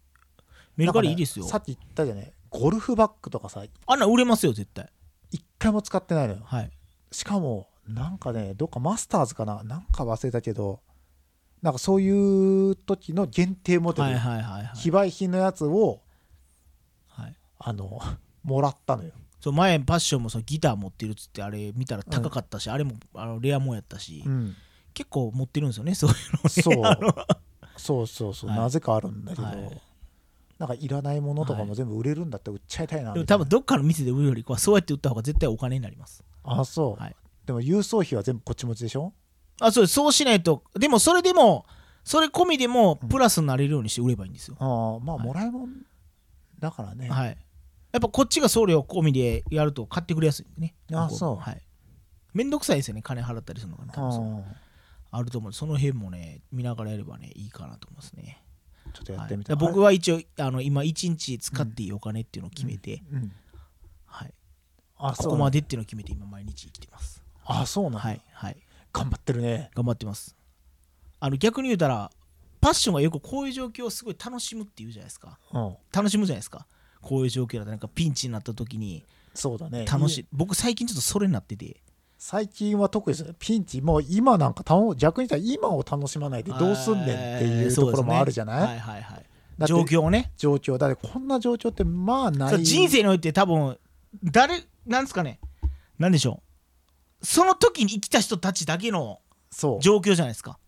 Speaker 1: メルカリいいですよ。
Speaker 2: なんかねさっき言ったじゃないゴルフバッグとかさ
Speaker 1: あんなん売れますよ、絶対。
Speaker 2: 一回も使ってないのよ
Speaker 1: はい。
Speaker 2: しかもなんかねどっかマスターズかななんか忘れたけどなんかそういう時の限定モデル、
Speaker 1: はいはいはいはい。
Speaker 2: 非売品のやつを
Speaker 1: はい
Speaker 2: あのもらったのよ
Speaker 1: そう前パッションもそのギター持ってるっつってあれ見たら高か [LAUGHS] ったし、あれもあのレアもんやったし、
Speaker 2: うん
Speaker 1: [LAUGHS] 結構持ってるんですよねそういうのね
Speaker 2: そう
Speaker 1: あの
Speaker 2: そうそうそう、
Speaker 1: はい
Speaker 2: なぜかあるんだけど、
Speaker 1: はい
Speaker 2: なんかいらないものとかも全部売れるんだったら売っちゃいたいな
Speaker 1: でも
Speaker 2: みたい
Speaker 1: 多
Speaker 2: な
Speaker 1: 分どっかの店で売るよりかはそうやって売った方が絶対お金になります
Speaker 2: あそう、
Speaker 1: はい
Speaker 2: でも郵送費は全部こっち持ちでしょ
Speaker 1: あそうですそうしないとでもそれでもそれ込みでもプラスになれるようにして売ればいいんですよ、
Speaker 2: ああまあ
Speaker 1: はい
Speaker 2: もらいもんだからね、
Speaker 1: はいやっぱこっちが送料込みでやると買ってくれやすいんでね
Speaker 2: あ
Speaker 1: 向こ
Speaker 2: そう
Speaker 1: はいめんどくさいですよね金払ったりするのがね多分そう
Speaker 2: うん
Speaker 1: あると思うんでその辺もね見ながらやればねいいかなと思いますね
Speaker 2: ちょっとやってみたい、
Speaker 1: はい僕は一応あの今1日使っていいお金っていうのを決めて、
Speaker 2: あれ、うん、
Speaker 1: はい、
Speaker 2: あ
Speaker 1: こ
Speaker 2: そう
Speaker 1: こまでっていうのを決めて今毎日生きてます
Speaker 2: あそうなんだ、
Speaker 1: はいはい
Speaker 2: 頑張ってるね
Speaker 1: 頑張ってますあの逆に言うたらパッションがよくこういう状況をすごい楽しむっていうじゃないですか
Speaker 2: うん
Speaker 1: 楽しむじゃないですかこういう状況だとなんかピンチになった時に
Speaker 2: そうだね
Speaker 1: 楽し
Speaker 2: い
Speaker 1: い僕最近ちょっとそれになってて
Speaker 2: 最近は特にですねピンチもう今なんかたの逆に言ったら今を楽しまないでどうすんねんって
Speaker 1: え
Speaker 2: い
Speaker 1: ー
Speaker 2: う
Speaker 1: そ
Speaker 2: と
Speaker 1: ですね
Speaker 2: ころもあるじゃない、
Speaker 1: はいはいはい
Speaker 2: だって
Speaker 1: 状況をね
Speaker 2: 状況だってこんな状況ってまあな
Speaker 1: そ
Speaker 2: いう
Speaker 1: 人生において多分誰なんですかねなんでしょうその時に生きた人たちだけの
Speaker 2: そう
Speaker 1: 状況じゃないですか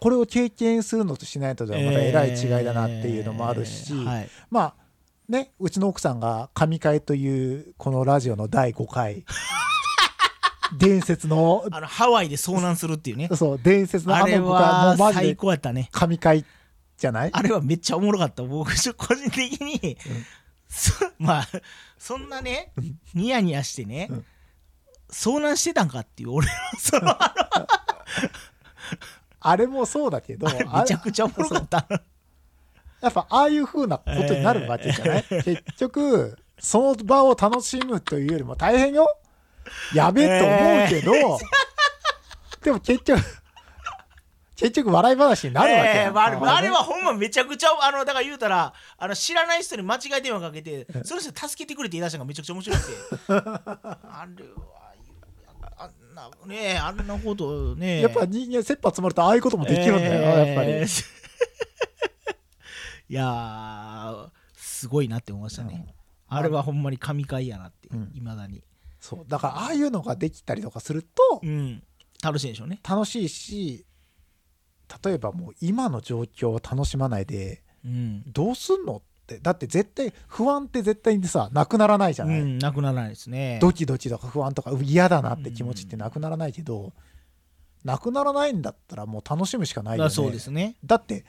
Speaker 2: これを経験するのとしないとではまたえらい違いだなっていうのもあるし、
Speaker 1: えーはい
Speaker 2: まあねうちの奥さんが「神会」というこのラジオの第5回
Speaker 1: [LAUGHS]
Speaker 2: 伝説の
Speaker 1: あのハワイで遭難するっていうね
Speaker 2: [LAUGHS] そう伝説の
Speaker 1: あ
Speaker 2: あ
Speaker 1: れ
Speaker 2: の子が
Speaker 1: は
Speaker 2: もうマジ
Speaker 1: 最
Speaker 2: で
Speaker 1: 高やったね
Speaker 2: 神会じゃない
Speaker 1: あれはめっちゃおもろかった僕ちょ個人的に、そまあそんなねニヤニヤしてね、
Speaker 2: うん
Speaker 1: 遭難してたんかっていう俺のそのあ
Speaker 2: あれもそうだけど
Speaker 1: れめちゃくちゃおもろかった
Speaker 2: やっぱああいう風なことになるわけじゃない、結局その場を楽しむというよりも大変よやべえと思うけど、でも結局結局笑い話になるわけ
Speaker 1: え
Speaker 2: や
Speaker 1: え
Speaker 2: ん
Speaker 1: まああれ
Speaker 2: まあ
Speaker 1: あれはほんまめちゃくちゃあのだから言うたらあの知らない人に間違い電話かけてその人助けてくれって言い出したのがめちゃくちゃ面白
Speaker 2: [LAUGHS]
Speaker 1: くてあれはあんなねえあんなことね
Speaker 2: やっぱ人間切羽詰まるとああいうこともできるんだよ、やっぱり、
Speaker 1: えー [LAUGHS] いやーすごいなって思いましたね、あれはほんまに神回やなって
Speaker 2: うん
Speaker 1: いま、未だに、
Speaker 2: そうだからああいうのができたりとかすると
Speaker 1: うん、楽しいでしょうね
Speaker 2: 楽しいし例えばもう今の状況を楽しまないで
Speaker 1: うん、
Speaker 2: どうすんのってだって絶対不安って絶対にさなくならないじゃ
Speaker 1: う
Speaker 2: ない、
Speaker 1: ん、なくならないですね
Speaker 2: ドキドキとか不安とかう嫌だなって気持ちってなくならないけど、なくならないんだったらもう楽しむしかないよ
Speaker 1: だ
Speaker 2: ね
Speaker 1: そうですね
Speaker 2: だって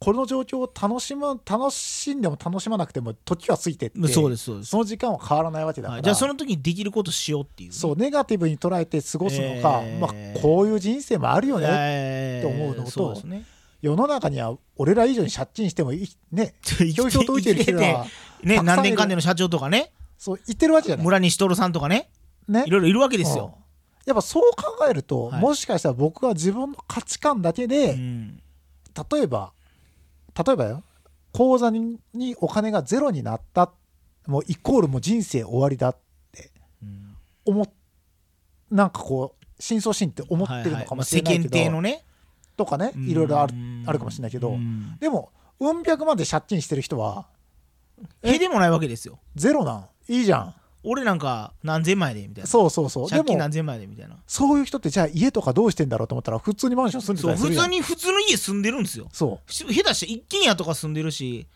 Speaker 2: この状況を楽しむ楽しんでも楽しまなくても時は過ぎてって
Speaker 1: そうですそうです、
Speaker 2: その時間は変わらないわけだから、
Speaker 1: はい、じゃあその時にできることしようっていうね、
Speaker 2: そうネガティブに捉えて過ごすのか、
Speaker 1: えー
Speaker 2: まあ、こういう人生もあるよね、
Speaker 1: え
Speaker 2: って思うのと
Speaker 1: そうですね
Speaker 2: 世の中には俺ら以上に借金してもいいねひょいひょいと生きてる人は
Speaker 1: ね
Speaker 2: たくさん
Speaker 1: 何
Speaker 2: いる
Speaker 1: 年間での社長とかね
Speaker 2: そう言ってるわけじゃない
Speaker 1: 村西徹さんとかね
Speaker 2: ね
Speaker 1: いろいろいるわけですよ、
Speaker 2: うんやっぱそう考えると、
Speaker 1: はい
Speaker 2: もしかしたら僕は自分の価値観だけで、
Speaker 1: うん
Speaker 2: 例えば例えばよ口座ににお金がゼロになったもうイコールもう人生終わりだって
Speaker 1: うん
Speaker 2: 思っなんかこう深層心って思ってるのかもしれないけど、
Speaker 1: はいはいまあ世間体のね
Speaker 2: とかねいろいろある
Speaker 1: うん
Speaker 2: あるかもしれないけど、
Speaker 1: うん
Speaker 2: でもうん百まで借金してる人は
Speaker 1: へでもないわけですよ
Speaker 2: ゼロなんいいじゃん
Speaker 1: 俺なんか何千枚でみたいな
Speaker 2: そうそうそうで
Speaker 1: 借金
Speaker 2: も
Speaker 1: 何千枚でみたいな
Speaker 2: そういう人ってじゃあ家とかどうしてんだろうと思ったら普通にマンション住んでた
Speaker 1: そう
Speaker 2: りす
Speaker 1: 普
Speaker 2: るやん
Speaker 1: 通に普通の家住んでるんですよ
Speaker 2: そう
Speaker 1: ふ下手して一軒家とか住んでるし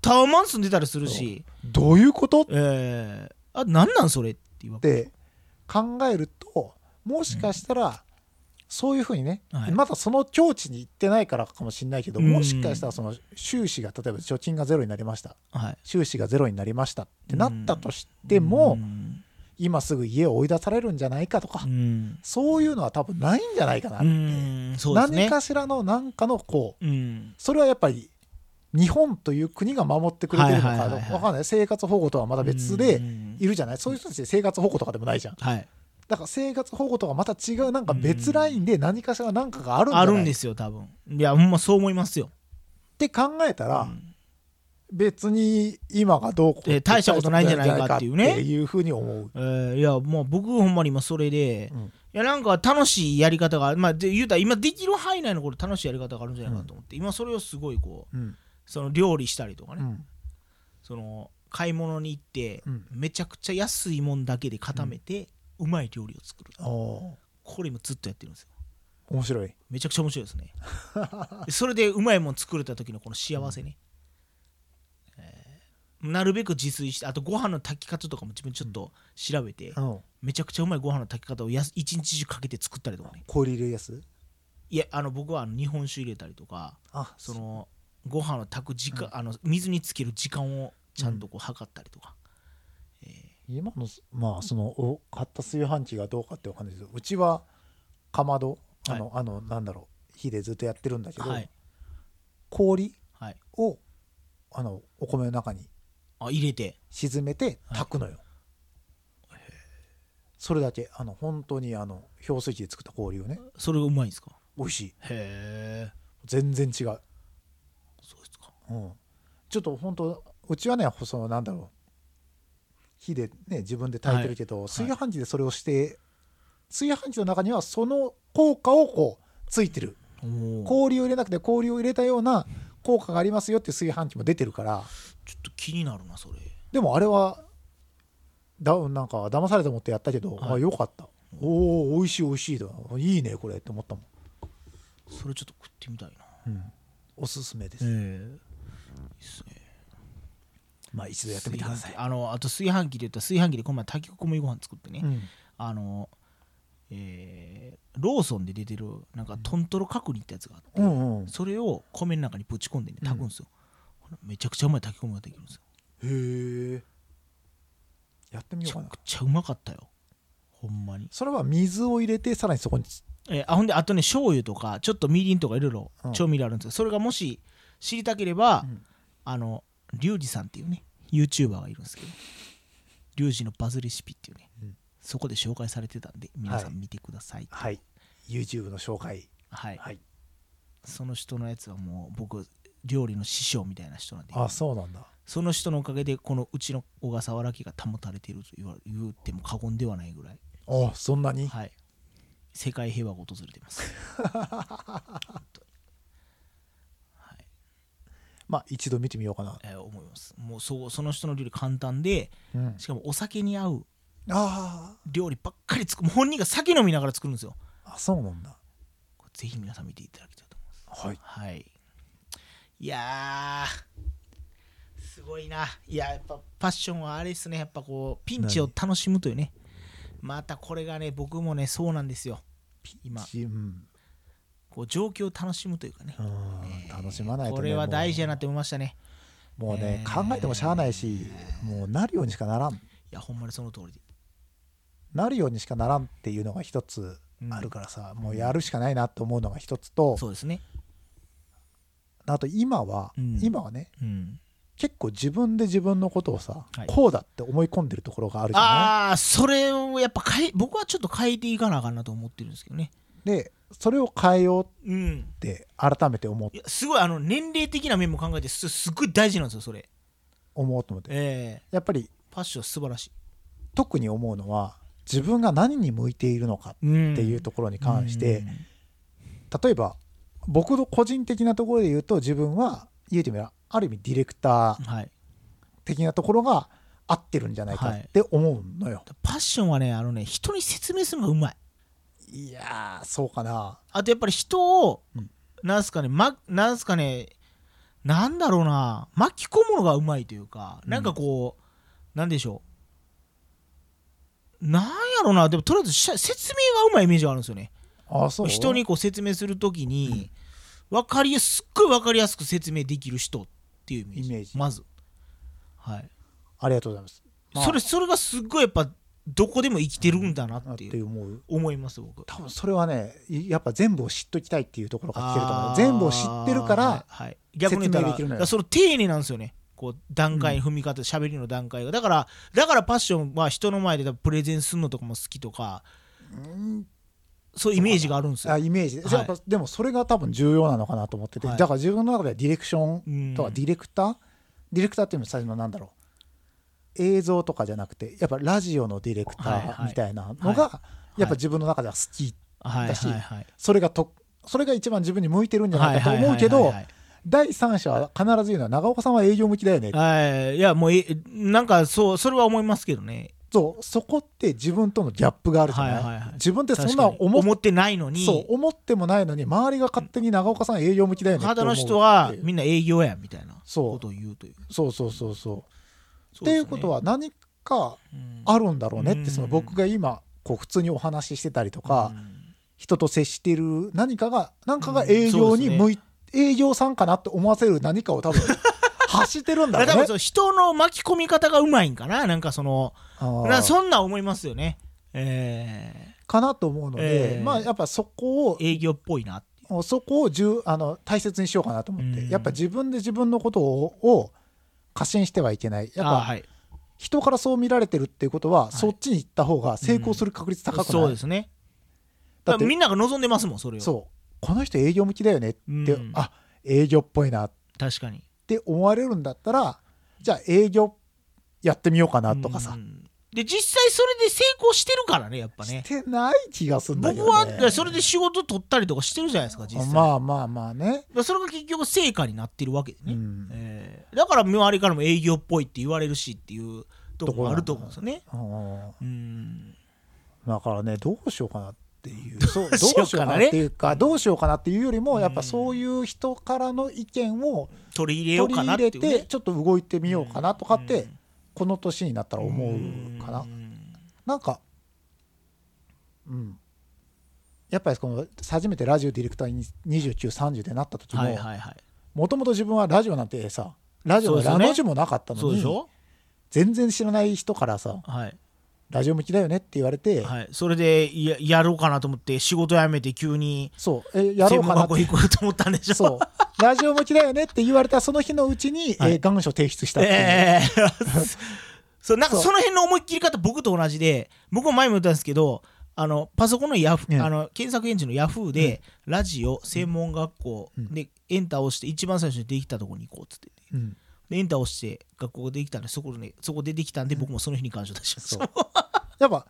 Speaker 1: タワマン住んでたりするし
Speaker 2: どういうことっ
Speaker 1: えー、あなんなんそれって言われ
Speaker 2: て考えるともしかしたらそういうふうにね、
Speaker 1: はい
Speaker 2: まだその境地に行ってないからかもしれないけど、
Speaker 1: うん
Speaker 2: もしかしたらその収支が例えば貯金がゼロになりました
Speaker 1: はい
Speaker 2: 収支がゼロになりましたってなったとしても、
Speaker 1: うん
Speaker 2: 今すぐ家を追い出されるんじゃないかとか、
Speaker 1: うん
Speaker 2: そういうのは多分ないんじゃないかな、
Speaker 1: うんそうですね
Speaker 2: 何かしらの何かのこう
Speaker 1: うん
Speaker 2: それはやっぱり日本という国が守ってくれてるのか
Speaker 1: はいはいはいはい
Speaker 2: わかんない生活保護とはまた別で
Speaker 1: うん
Speaker 2: いるじゃないそういう人たちって生活保護とかでもないじゃん
Speaker 1: はい
Speaker 2: だから生活保護とはまた違うなんか別ラインで何かしら何かがあるんじゃ
Speaker 1: あ
Speaker 2: な
Speaker 1: る
Speaker 2: い
Speaker 1: んですよ多分いやほんまそう思いますよ
Speaker 2: って考えたら、別に今がどうこう
Speaker 1: え大したことないんじゃないかっていうね
Speaker 2: っていうふうに思う、
Speaker 1: えーいやもう僕ほんまに今それで、
Speaker 2: うん
Speaker 1: いやなんか楽しいやり方がまあで言うたら今できる範囲内のこれ楽しいやり方があるんじゃないかと思って、今それをすごいこう
Speaker 2: うん
Speaker 1: その料理したりとかね、
Speaker 2: うん
Speaker 1: その買い物に行って、
Speaker 2: うん
Speaker 1: めちゃくちゃ安いもんだけで固めて、うまい料理を作る
Speaker 2: おー
Speaker 1: これ今ずっとやってるんですよ
Speaker 2: 面白い。
Speaker 1: めちゃくちゃ面白いですねでそれでうまいもん作れた時のこの幸せね、えーなるべく自炊してあとご飯の炊き方とかも自分ちょっと調べて、
Speaker 2: うん。
Speaker 1: めちゃくちゃうまいご飯の炊き方をやす一日中かけて作ったりとかね
Speaker 2: 氷入れるやつ
Speaker 1: いやあの僕はあの日本酒入れたりとか
Speaker 2: あ、
Speaker 1: そのご飯を炊く時間、あの水につける時間をちゃんとこう測ったりとか、
Speaker 2: 今のすまあそのお買った炊飯器がどうかってわかんないけどうちはかまどあの、あのなんだろう火でずっとやってるんだけど、
Speaker 1: はい
Speaker 2: 氷
Speaker 1: はい
Speaker 2: をあのお米の中に
Speaker 1: あ入れて
Speaker 2: 沈めて炊くのよ、それだけあの本当にあの氷水器で作った氷をね
Speaker 1: それがうまいんですか
Speaker 2: 美味しい
Speaker 1: へえ
Speaker 2: 全然違う、
Speaker 1: そうですか
Speaker 2: うん、ちょっと本当うちはねそのなんだろう火でね自分で炊いてるけど、炊飯器でそれをして炊飯器の中にはその効果をこうついてる
Speaker 1: おお
Speaker 2: 氷を入れなくて氷を入れたような効果がありますよっていう炊飯器も出てるから
Speaker 1: ちょっと気になるなそれ
Speaker 2: でもあれはだなんか騙されたと思ってやったけど、
Speaker 1: はい
Speaker 2: あよかったおお美味しい美味しいといいねこれって思ったもん、
Speaker 1: それちょっと食ってみたいな
Speaker 2: おすすめです、
Speaker 1: ええいいっすね
Speaker 2: まあ一度やってみてください
Speaker 1: 炊飯器あのあと炊飯器で言ったら炊飯器でこの前炊き込みご飯作ってね、
Speaker 2: うん
Speaker 1: あのえーローソンで出てるなんかトントロ角煮ってやつがあって、
Speaker 2: うんうん
Speaker 1: それを米の中にぶち込んでね炊くんですよ、めちゃくちゃうまい炊き込みができるんですよ
Speaker 2: へえやってみ
Speaker 1: め
Speaker 2: よう
Speaker 1: ち
Speaker 2: か
Speaker 1: ゃ
Speaker 2: な
Speaker 1: くちゃうまかったよほんまに、
Speaker 2: それは水を入れてさらにそこに
Speaker 1: えーあほんであとね醤油とかちょっとみりんとかいろいろ
Speaker 2: うん
Speaker 1: 調味料あるんですよ、それがもし知りたければ、
Speaker 2: うん
Speaker 1: あのリュウジさんっていうね YouTuber がいるんですけどリュウジのバズレシピっていうね、
Speaker 2: うん
Speaker 1: そこで紹介されてたんで皆さ
Speaker 2: は
Speaker 1: ん見てください
Speaker 2: はい YouTube の紹介
Speaker 1: はい、
Speaker 2: はい
Speaker 1: その人のやつはもう僕料理の師匠みたいな人なんで
Speaker 2: あそうなんだ
Speaker 1: その人のおかげでこのうちの小笠原家が保たれていると言わ言っても過言ではないぐらい、
Speaker 2: あそんなに
Speaker 1: はい、世界平和が訪れてます
Speaker 2: まあ一度見てみようかな
Speaker 1: えー思いますもうそうその人の料理簡単で
Speaker 2: うん
Speaker 1: しかもお酒に合う
Speaker 2: あ
Speaker 1: 料理ばっかり作るもう本人が酒飲みながら作るんですよ
Speaker 2: ーあそうなんだ
Speaker 1: これぜひ皆さん見ていただきたいと思います
Speaker 2: はい
Speaker 1: はいいやーすごいないややっぱパッションはあれですねやっぱこうピンチを楽しむというねまたこれがね僕もねそうなんですよ今
Speaker 2: しうん
Speaker 1: こう状況を楽しむというかね
Speaker 2: うん楽しまないと、ね、
Speaker 1: これは大事や
Speaker 2: な
Speaker 1: なって思いましたね
Speaker 2: もうね、考えてもしゃあないしもうなるようにしかならん
Speaker 1: いやほんまにその通りで
Speaker 2: なるようにしかならんっていうのが一つあるからさ、もうやるしかないなと思うのが一つと
Speaker 1: そうですね
Speaker 2: あと今は、
Speaker 1: うん
Speaker 2: 今はね
Speaker 1: うん
Speaker 2: 結構自分で自分のことをさ、
Speaker 1: はい
Speaker 2: こうだって思い込んでるところがあるじゃ
Speaker 1: ああそれをやっぱ変え僕はちょっと変えていかなあかんなと思ってるんですけどね
Speaker 2: ないでそれを変えようっ
Speaker 1: うん
Speaker 2: て改めて思う
Speaker 1: いやすごいあの年齢的な面も考えてすすっごい大事なんですよそれ
Speaker 2: 思おうと思って
Speaker 1: ええ
Speaker 2: やっぱり
Speaker 1: パッション素晴らしい
Speaker 2: 特に思うのは自分が何に向いているのか
Speaker 1: って
Speaker 2: っていうところに関して、例えば僕の個人的なところで言うと自分は言うてみればある意味ディレクター
Speaker 1: はい、
Speaker 2: 的なところが合ってるんじゃないかって思うのよ、
Speaker 1: パッションはねあのね人に説明するのがうまい
Speaker 2: い、やーそうかな
Speaker 1: あとやっぱり人を、
Speaker 2: うん
Speaker 1: なんすかね、ま、なんすかねなんだろうな巻き込むのがうまいというか、なんかこうなんでしょうなんやろうなでもとりあえずしゃ説明がうまいイメージがあるんですよね
Speaker 2: あそう
Speaker 1: 人にこう説明するときに、わかりやすっごい分かりやすく説明できる人っていうイメージ
Speaker 2: イメージ
Speaker 1: まずはい
Speaker 2: ありがとうございます、まあ
Speaker 1: それそれがすっごいやっぱどこでも生きてるんだな
Speaker 2: あっ
Speaker 1: って
Speaker 2: て
Speaker 1: いう
Speaker 2: 思う
Speaker 1: 思います僕
Speaker 2: 多分それはねいやっぱ全部を知っときたいっていうところが来てると思
Speaker 1: あ
Speaker 2: う
Speaker 1: ー
Speaker 2: 全部を知ってるから、
Speaker 1: はいはい逆に言ったら
Speaker 2: 説明できるの
Speaker 1: だ
Speaker 2: よ
Speaker 1: からその丁寧なんですよねこう段階踏み方喋りの段階がだからだからパッションは人の前でプレゼンするのとかも好きとかそういうイメージがあるんです
Speaker 2: あ
Speaker 1: よ
Speaker 2: イメージで、
Speaker 1: はい
Speaker 2: やっぱでもそれが多分重要なのかなと思ってて、
Speaker 1: はい
Speaker 2: だから自分の中ではディレクションと
Speaker 1: う
Speaker 2: か
Speaker 1: ん
Speaker 2: ディレクター、ディレクターっていうのは最初のなんだろう映像とかじゃなくてやっぱラジオのディレクタ
Speaker 1: はいは
Speaker 2: ー
Speaker 1: い
Speaker 2: みたいなのが、
Speaker 1: は
Speaker 2: やっぱ自分の中では好き、
Speaker 1: はい
Speaker 2: だし
Speaker 1: はいはい
Speaker 2: それがとそれが一番自分に向いてるんじゃ
Speaker 1: は
Speaker 2: ないいかと
Speaker 1: はい
Speaker 2: 思うけ
Speaker 1: は
Speaker 2: ど
Speaker 1: いはい
Speaker 2: 第三者は必ず言うのは長岡さんは営業向きだよね、
Speaker 1: はいはいいやもうえなんかそうそれは思いますけどね
Speaker 2: そうそこって自分とのギャップがあるじゃない,、
Speaker 1: はいはいはい
Speaker 2: 自分ってそん
Speaker 1: 確
Speaker 2: な
Speaker 1: かに
Speaker 2: 思っ
Speaker 1: 思ってないのに
Speaker 2: そう思ってもないのに周りが勝手に長岡さん営業向きだよねって思
Speaker 1: 体
Speaker 2: う
Speaker 1: の人は
Speaker 2: っていう
Speaker 1: みんな営業やみたいな
Speaker 2: そう
Speaker 1: ことを言うという
Speaker 2: そうそうそうそう
Speaker 1: そ
Speaker 2: って
Speaker 1: で
Speaker 2: い
Speaker 1: すね
Speaker 2: うことは何か
Speaker 1: うん
Speaker 2: あるんだろうねって、
Speaker 1: うん
Speaker 2: その僕が今こう普通にお話ししてたりとか、
Speaker 1: うん
Speaker 2: 人と接している何かが何かが
Speaker 1: うん
Speaker 2: 営業
Speaker 1: そうです
Speaker 2: に
Speaker 1: ね
Speaker 2: 向い、営業さんかなって思わせる何かを
Speaker 1: [LAUGHS]
Speaker 2: 多分発してるん
Speaker 1: だ
Speaker 2: だ
Speaker 1: から多分
Speaker 2: ろうね
Speaker 1: その人の巻き込み方がうまいんかななんかその
Speaker 2: あー
Speaker 1: なそんな思いますよねえ
Speaker 2: かなと思うので、
Speaker 1: えー
Speaker 2: まあやっぱそこを
Speaker 1: ー営業っぽいなっていう
Speaker 2: そこを重あの大切にしようかなと思って、
Speaker 1: うん
Speaker 2: やっぱ自分で自分のことをを過信してはいけないやっ
Speaker 1: あー
Speaker 2: ぱ
Speaker 1: はい
Speaker 2: 人からそう見られてるっていうことは、そっちに行った方が成功する確率高くない、
Speaker 1: そうですね
Speaker 2: だって
Speaker 1: みんなが望んでますもんそれを
Speaker 2: そうこの人営業向きだよねって、
Speaker 1: うん
Speaker 2: あ営業っぽいなっ
Speaker 1: 確かに
Speaker 2: て思われるんだったらじゃあ営業やってみようかなとかさ、
Speaker 1: うんで実際それで成功してるからねやっぱ
Speaker 2: し
Speaker 1: ね
Speaker 2: てない気がするんだけ
Speaker 1: 僕
Speaker 2: ど、
Speaker 1: は
Speaker 2: ね、
Speaker 1: だからそれで仕事取ったりとかしてるじゃないですか実際だか
Speaker 2: まあまあまあね、
Speaker 1: らそれが結局成果になってるわけで
Speaker 2: う
Speaker 1: ね、
Speaker 2: ん
Speaker 1: えーだから周りからも営業っぽいって言われるしっていうとこもあると思うんですよね
Speaker 2: うん
Speaker 1: うん
Speaker 2: だからねどうしようかなっていうそう
Speaker 1: [LAUGHS] どうしよ
Speaker 2: どう
Speaker 1: う
Speaker 2: し
Speaker 1: か
Speaker 2: ようか
Speaker 1: な
Speaker 2: な
Speaker 1: ね
Speaker 2: っていうかどうしようかなっていうよりも、
Speaker 1: うん
Speaker 2: やっぱそういう人からの意見を
Speaker 1: 取り入れよう
Speaker 2: 取り
Speaker 1: かなっ
Speaker 2: 入
Speaker 1: てい
Speaker 2: れ
Speaker 1: う、
Speaker 2: て、
Speaker 1: ね、
Speaker 2: ちょっと動いてみようかなとかって、
Speaker 1: うん
Speaker 2: この年になったら思うかな、
Speaker 1: ん
Speaker 2: なんかうんやっぱりこの初めてラジオディレクターに2930でなった時
Speaker 1: はい
Speaker 2: も
Speaker 1: はいはい
Speaker 2: もともと自分はラジオなんてさラジ
Speaker 1: そ
Speaker 2: オ
Speaker 1: う
Speaker 2: の
Speaker 1: ですよ
Speaker 2: ラ
Speaker 1: ね
Speaker 2: の字もなかった
Speaker 1: そう
Speaker 2: の
Speaker 1: でし
Speaker 2: に
Speaker 1: ょ
Speaker 2: 全然知らない人からさ
Speaker 1: はい、
Speaker 2: ラジオ向きだよねって言われて、
Speaker 1: はい、それでややろうかなと思って仕事辞めて急に
Speaker 2: そうえやろうか
Speaker 1: 専門
Speaker 2: なって
Speaker 1: 学校行こうと思ったんでしょ
Speaker 2: [LAUGHS] そう。ラジオ向きだよねって言われたその日のうちに、
Speaker 1: はい
Speaker 2: えー願書提出したってい
Speaker 1: [LAUGHS]
Speaker 2: う、[LAUGHS]
Speaker 1: ええそうなんか
Speaker 2: そう
Speaker 1: その辺の思い切り方僕と同じで僕も前も言ったんですけどあのパソコンのヤフ、
Speaker 2: うん
Speaker 1: あの検索エンジンのヤフーで、ラジオ専門学校
Speaker 2: うん
Speaker 1: でエンターを押して一番最初にできたところに行こうっつって
Speaker 2: うん
Speaker 1: でエンターを押して学校ができたんでそこで、ね、そこ出てきたんで、僕もその日に感謝出しまし
Speaker 2: そう
Speaker 1: た
Speaker 2: やっぱ、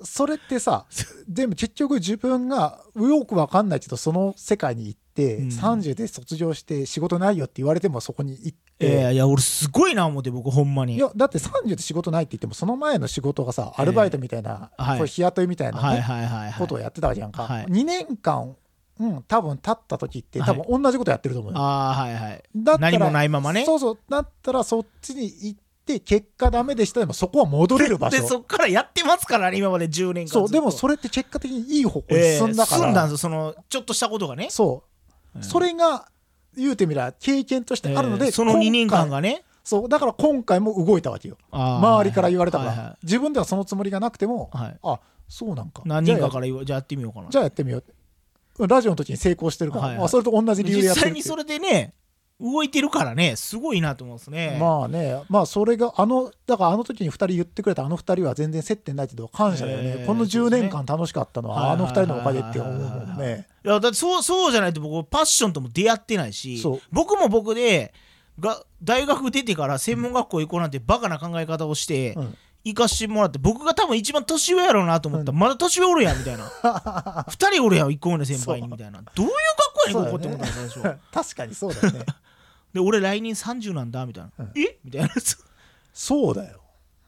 Speaker 2: それってさ、全部結局自分がよくわかんないけど、その世界に行って、
Speaker 1: うん
Speaker 2: 30で卒業して仕事ないよって言われてもそこに行って、
Speaker 1: ええいや俺すごいな思って僕ほんまに
Speaker 2: いやだって30で仕事ないって言ってもその前の仕事がさアルバイトみたいな、
Speaker 1: えーはい
Speaker 2: こう日雇いみたいなね、
Speaker 1: はいはいはいは
Speaker 2: ことを
Speaker 1: い
Speaker 2: やってたわけじゃんか、
Speaker 1: はい
Speaker 2: 2年間、うん、多分経った時って多分同じことやってると思うよ、
Speaker 1: ああはいはい
Speaker 2: だったら
Speaker 1: 何もないままね
Speaker 2: そうそうだったらそっちに行って結果ダメでしたでもそこは戻れる場
Speaker 1: で
Speaker 2: 所
Speaker 1: そっからやってますからね今まで10年間
Speaker 2: そうでも
Speaker 1: ずっと
Speaker 2: それって結果的にいい方向に
Speaker 1: ええ
Speaker 2: 進んだから、
Speaker 1: 進んだんですよそのちょっとしたことがね
Speaker 2: そう、それが言うてみりゃ経験としてあるので、
Speaker 1: えーその2年間
Speaker 2: 今回
Speaker 1: がね
Speaker 2: そうだから今回も動いたわけよ周
Speaker 1: 周
Speaker 2: りから言われたから、
Speaker 1: はいは
Speaker 2: 自分ではそのつもりがなくても、
Speaker 1: いはい
Speaker 2: あそうなんか
Speaker 1: 何人か
Speaker 2: じゃ
Speaker 1: か
Speaker 2: あ
Speaker 1: ら言わじゃあやってみようかな
Speaker 2: じゃあやってみよううんラジオの時に成功してるから、
Speaker 1: はいはい
Speaker 2: あそれと同じ理由でや
Speaker 1: 実
Speaker 2: って
Speaker 1: 際
Speaker 2: るってい
Speaker 1: に
Speaker 2: う
Speaker 1: それでね動いてるからねすごいなと思うんですね
Speaker 2: まあね、まあそれが、あの、だからあの時に2人言ってくれたあの2人は全然接点ないけど、感謝だよね、
Speaker 1: えー
Speaker 2: この
Speaker 1: そう
Speaker 2: 10
Speaker 1: ですね
Speaker 2: 年間楽しかったの
Speaker 1: はい
Speaker 2: は、あの2人のおかげって思
Speaker 1: は
Speaker 2: う
Speaker 1: いは
Speaker 2: もん
Speaker 1: いはいは
Speaker 2: ね。
Speaker 1: いやだってそうそうじゃないと僕パッションとも出会ってないし
Speaker 2: そう
Speaker 1: 僕も僕でが大学出てから専門学校行こうなんてバカな考え方をして、
Speaker 2: うん
Speaker 1: 行かしてもらって僕が多分一番年上やろうなと思ったら、まだ年上おるやんみたいな2
Speaker 2: [LAUGHS]
Speaker 1: 人おるやん1個目の先輩にみたいなどういう学校やねんここって思ったんですよ、
Speaker 2: 確かにそうだよね。
Speaker 1: で俺来年30なんだみたいな、
Speaker 2: うん
Speaker 1: えみたいな
Speaker 2: そうだよ。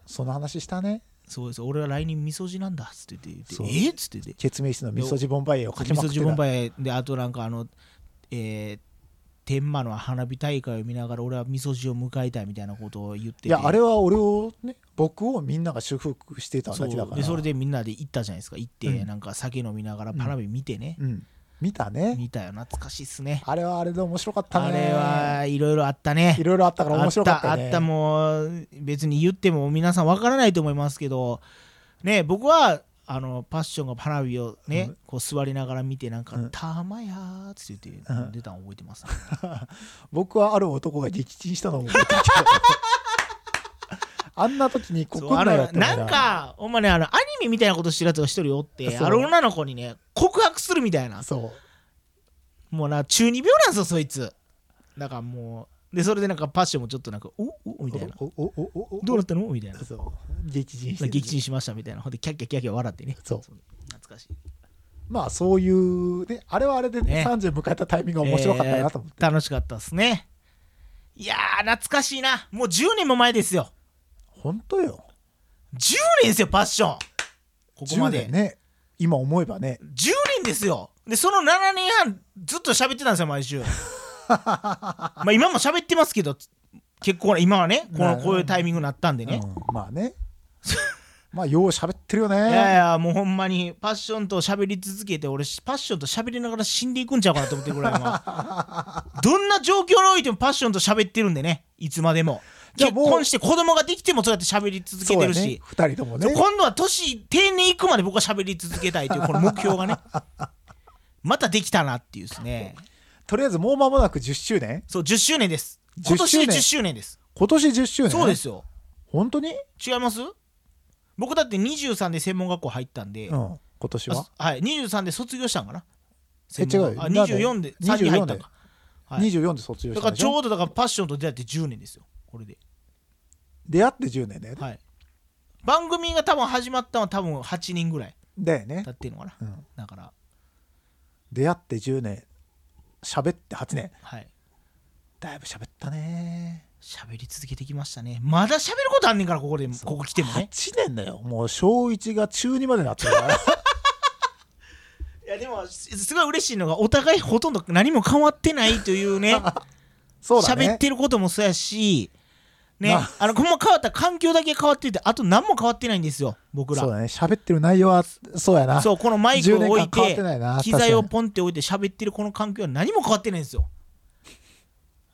Speaker 2: その話したね。
Speaker 1: そうです俺は来年みそじなんだっつって言って
Speaker 2: そう
Speaker 1: えっつって言って
Speaker 2: ケツメイシの味噌汁ボンバイエをかけ
Speaker 1: み
Speaker 2: まく
Speaker 1: そ
Speaker 2: って
Speaker 1: じ
Speaker 2: た
Speaker 1: ボンバイであとなんかあのえー天満の花火大会を見ながら俺はみそじを迎えたいみたいなことを言ってて
Speaker 2: いや、あれは俺をね、僕をみんなが祝福してた
Speaker 1: そ
Speaker 2: だ
Speaker 1: う
Speaker 2: けだから。
Speaker 1: でそれでみんなで行ったじゃないですか行って、
Speaker 2: うん
Speaker 1: なんか酒飲みながらパラビ見てね、
Speaker 2: うん。見たね。
Speaker 1: 見たよ懐かしいっすね
Speaker 2: あれはあれで面白かったね。
Speaker 1: あれはいろいろあったね
Speaker 2: いろいろあったから
Speaker 1: あ
Speaker 2: 面
Speaker 1: っ
Speaker 2: 白かった
Speaker 1: たあ
Speaker 2: ね。
Speaker 1: ったもう別に言っても皆さんわからないと思いますけどね僕はあのパッションが花火をね、
Speaker 2: うん
Speaker 1: こう座りながら見てなんか「
Speaker 2: うん
Speaker 1: たまや」ーっつって言って
Speaker 2: うん
Speaker 1: 飲んでたの覚えてます、
Speaker 2: 僕はある男が撃沈したのを覚えてる
Speaker 1: [LAUGHS]
Speaker 2: あんな時に
Speaker 1: そ
Speaker 2: 告
Speaker 1: うあ
Speaker 2: んなよ
Speaker 1: の
Speaker 2: って思い
Speaker 1: な
Speaker 2: がら
Speaker 1: んかお前ねあのアニメみたいなことしてるやつが一人おって
Speaker 2: そう
Speaker 1: あの女の子にね告白するみたいな
Speaker 2: そ
Speaker 1: もうな中二病なんですよそいつだからもうでそれでなんかパッションもちょっとなんか「おお
Speaker 2: う
Speaker 1: みたいな
Speaker 2: おおおおお
Speaker 1: 「どうなったの?」みたいな
Speaker 2: そう激甚し
Speaker 1: 「
Speaker 2: て
Speaker 1: 撃沈しました」みたいなほんでキャッキャッキャッキャ笑ってね
Speaker 2: そう
Speaker 1: 懐かしい
Speaker 2: まあそういうねあれはあれで、
Speaker 1: ね
Speaker 2: ね、30迎えたタイミングが面白かったなと思って、
Speaker 1: えー楽しかったですねいやー懐かしいなもう10年も前ですよ
Speaker 2: 本当よ
Speaker 1: 10年ですよパッションここま
Speaker 2: 10
Speaker 1: で、
Speaker 2: 年ね今思えばね
Speaker 1: 10年ですよでその7年半ずっと喋ってたんですよ毎
Speaker 2: [LAUGHS]
Speaker 1: 週まあ今も喋ってますけど結構今はねこ
Speaker 2: な
Speaker 1: の
Speaker 2: るほど
Speaker 1: こういうタイミングになったんでね、
Speaker 2: うんまあね [LAUGHS] まあよう喋ってるよね
Speaker 1: いやいやもうほんまにパッションと喋り続けて俺パッションと喋りながら死んでいくんちゃうかなと思ってるぐらい今
Speaker 2: [LAUGHS]
Speaker 1: どんな状況においてもパッションと喋ってるんでねいつまでも
Speaker 2: じゃあ
Speaker 1: 結
Speaker 2: もう
Speaker 1: 婚して子供ができてもそうやって喋り続けてる
Speaker 2: そうや
Speaker 1: し
Speaker 2: ね、2人ともね
Speaker 1: 今度は年定年いくまで僕は喋り続けたいというこの目標が
Speaker 2: [LAUGHS]
Speaker 1: ねまたできたなっていうですね
Speaker 2: とりあえずもう間もなく10周年
Speaker 1: そう10周年です
Speaker 2: 10
Speaker 1: 今年で
Speaker 2: 周年
Speaker 1: 10周年です
Speaker 2: 今年10周年
Speaker 1: そうですよ
Speaker 2: 本当に、
Speaker 1: 違います僕だって23で専門学校入ったんで、
Speaker 2: うん、今年は
Speaker 1: あはい、23で卒業したんかな
Speaker 2: え違うよ
Speaker 1: あ
Speaker 2: なんで
Speaker 1: 24で3に入ったん
Speaker 2: 24で
Speaker 1: か、はい
Speaker 2: 24で卒業
Speaker 1: だ
Speaker 2: し
Speaker 1: から
Speaker 2: たで
Speaker 1: ち
Speaker 2: しょ
Speaker 1: ょうどだからパッションと出会って10年ですよこれで
Speaker 2: 出会って10年だよね、
Speaker 1: はい番組が多分始まったのは多分8人ぐらい
Speaker 2: だよね
Speaker 1: 経、ってるのかな
Speaker 2: うん、
Speaker 1: だから
Speaker 2: 出会って10年喋って8年
Speaker 1: はい
Speaker 2: だいぶ喋ったね
Speaker 1: 喋り続けてきましたねまだ喋ることあんねんからここでここ来てもね
Speaker 2: 8年だよもう小1が中2までなってる
Speaker 1: [LAUGHS]
Speaker 2: から
Speaker 1: いやでもすすごい嬉しいのがお互いほとんど何も変わってないという
Speaker 2: [LAUGHS]
Speaker 1: ね
Speaker 2: そうだね
Speaker 1: 喋ってることもそうやしね
Speaker 2: ま
Speaker 1: あのほんま変わった環境だけ変わっててあと何も変わってないんですよ僕ら
Speaker 2: そうだね喋ってる内容はそうやな
Speaker 1: そうこのマイクを置い
Speaker 2: 10年間変わっててないな
Speaker 1: 機材を
Speaker 2: 確か
Speaker 1: ポンって置いて喋ってるこの環境は何も変わってないんですよ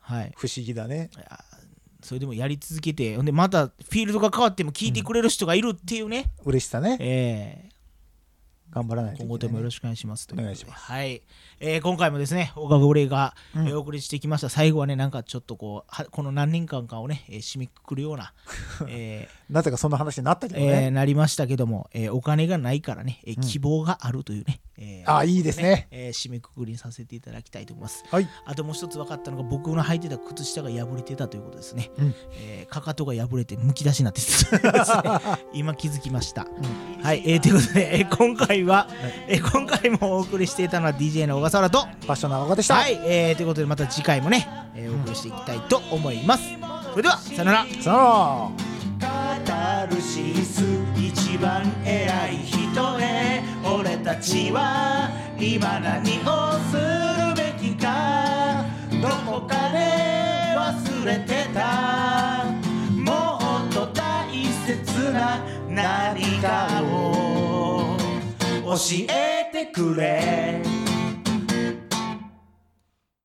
Speaker 1: はい
Speaker 2: 不思議だね
Speaker 1: それでもやり続けてほんでまたフィールドが変わっても聞いてくれる人がいるっていうね、
Speaker 2: 嬉しさね
Speaker 1: えー
Speaker 2: 頑張らないといけ
Speaker 1: 今
Speaker 2: ないね
Speaker 1: 後ともよろしくお願いしますとうことで
Speaker 2: お願いします
Speaker 1: はい、えー今回もですね岡久俺が、えー
Speaker 2: うん
Speaker 1: お送りしてきました最後はねなんかちょっとこうはこの何年間かをね、えー締めくくるよう
Speaker 2: [LAUGHS]
Speaker 1: な、えー
Speaker 2: なぜかそんな話になったけど
Speaker 1: えー
Speaker 2: ね、
Speaker 1: なりましたけども、えーお金がないからね、えー希望があるというね、えー
Speaker 2: あいいですね
Speaker 1: えー締めくくりにさせていただきたいと思います
Speaker 2: はい
Speaker 1: あともう一つ分かったのが僕の履いてた靴下が破れてたということですね、
Speaker 2: うん
Speaker 1: えーかかとが破れてむき出しになってたですね
Speaker 2: [LAUGHS]
Speaker 1: 今気づきました、はい、えーということで、えー今回は、えー今回もお送りしていたのは DJ の小笠原と
Speaker 2: ファッションの若でした、
Speaker 1: はい、えーということでまた次回もね、えーお送りしていきたいと思いますそれではさよなら
Speaker 2: さよなら
Speaker 3: カタルシス一番偉い人へ俺たちは今何をするべきかどこかで忘れてたもっと大切な何かを教えてくれ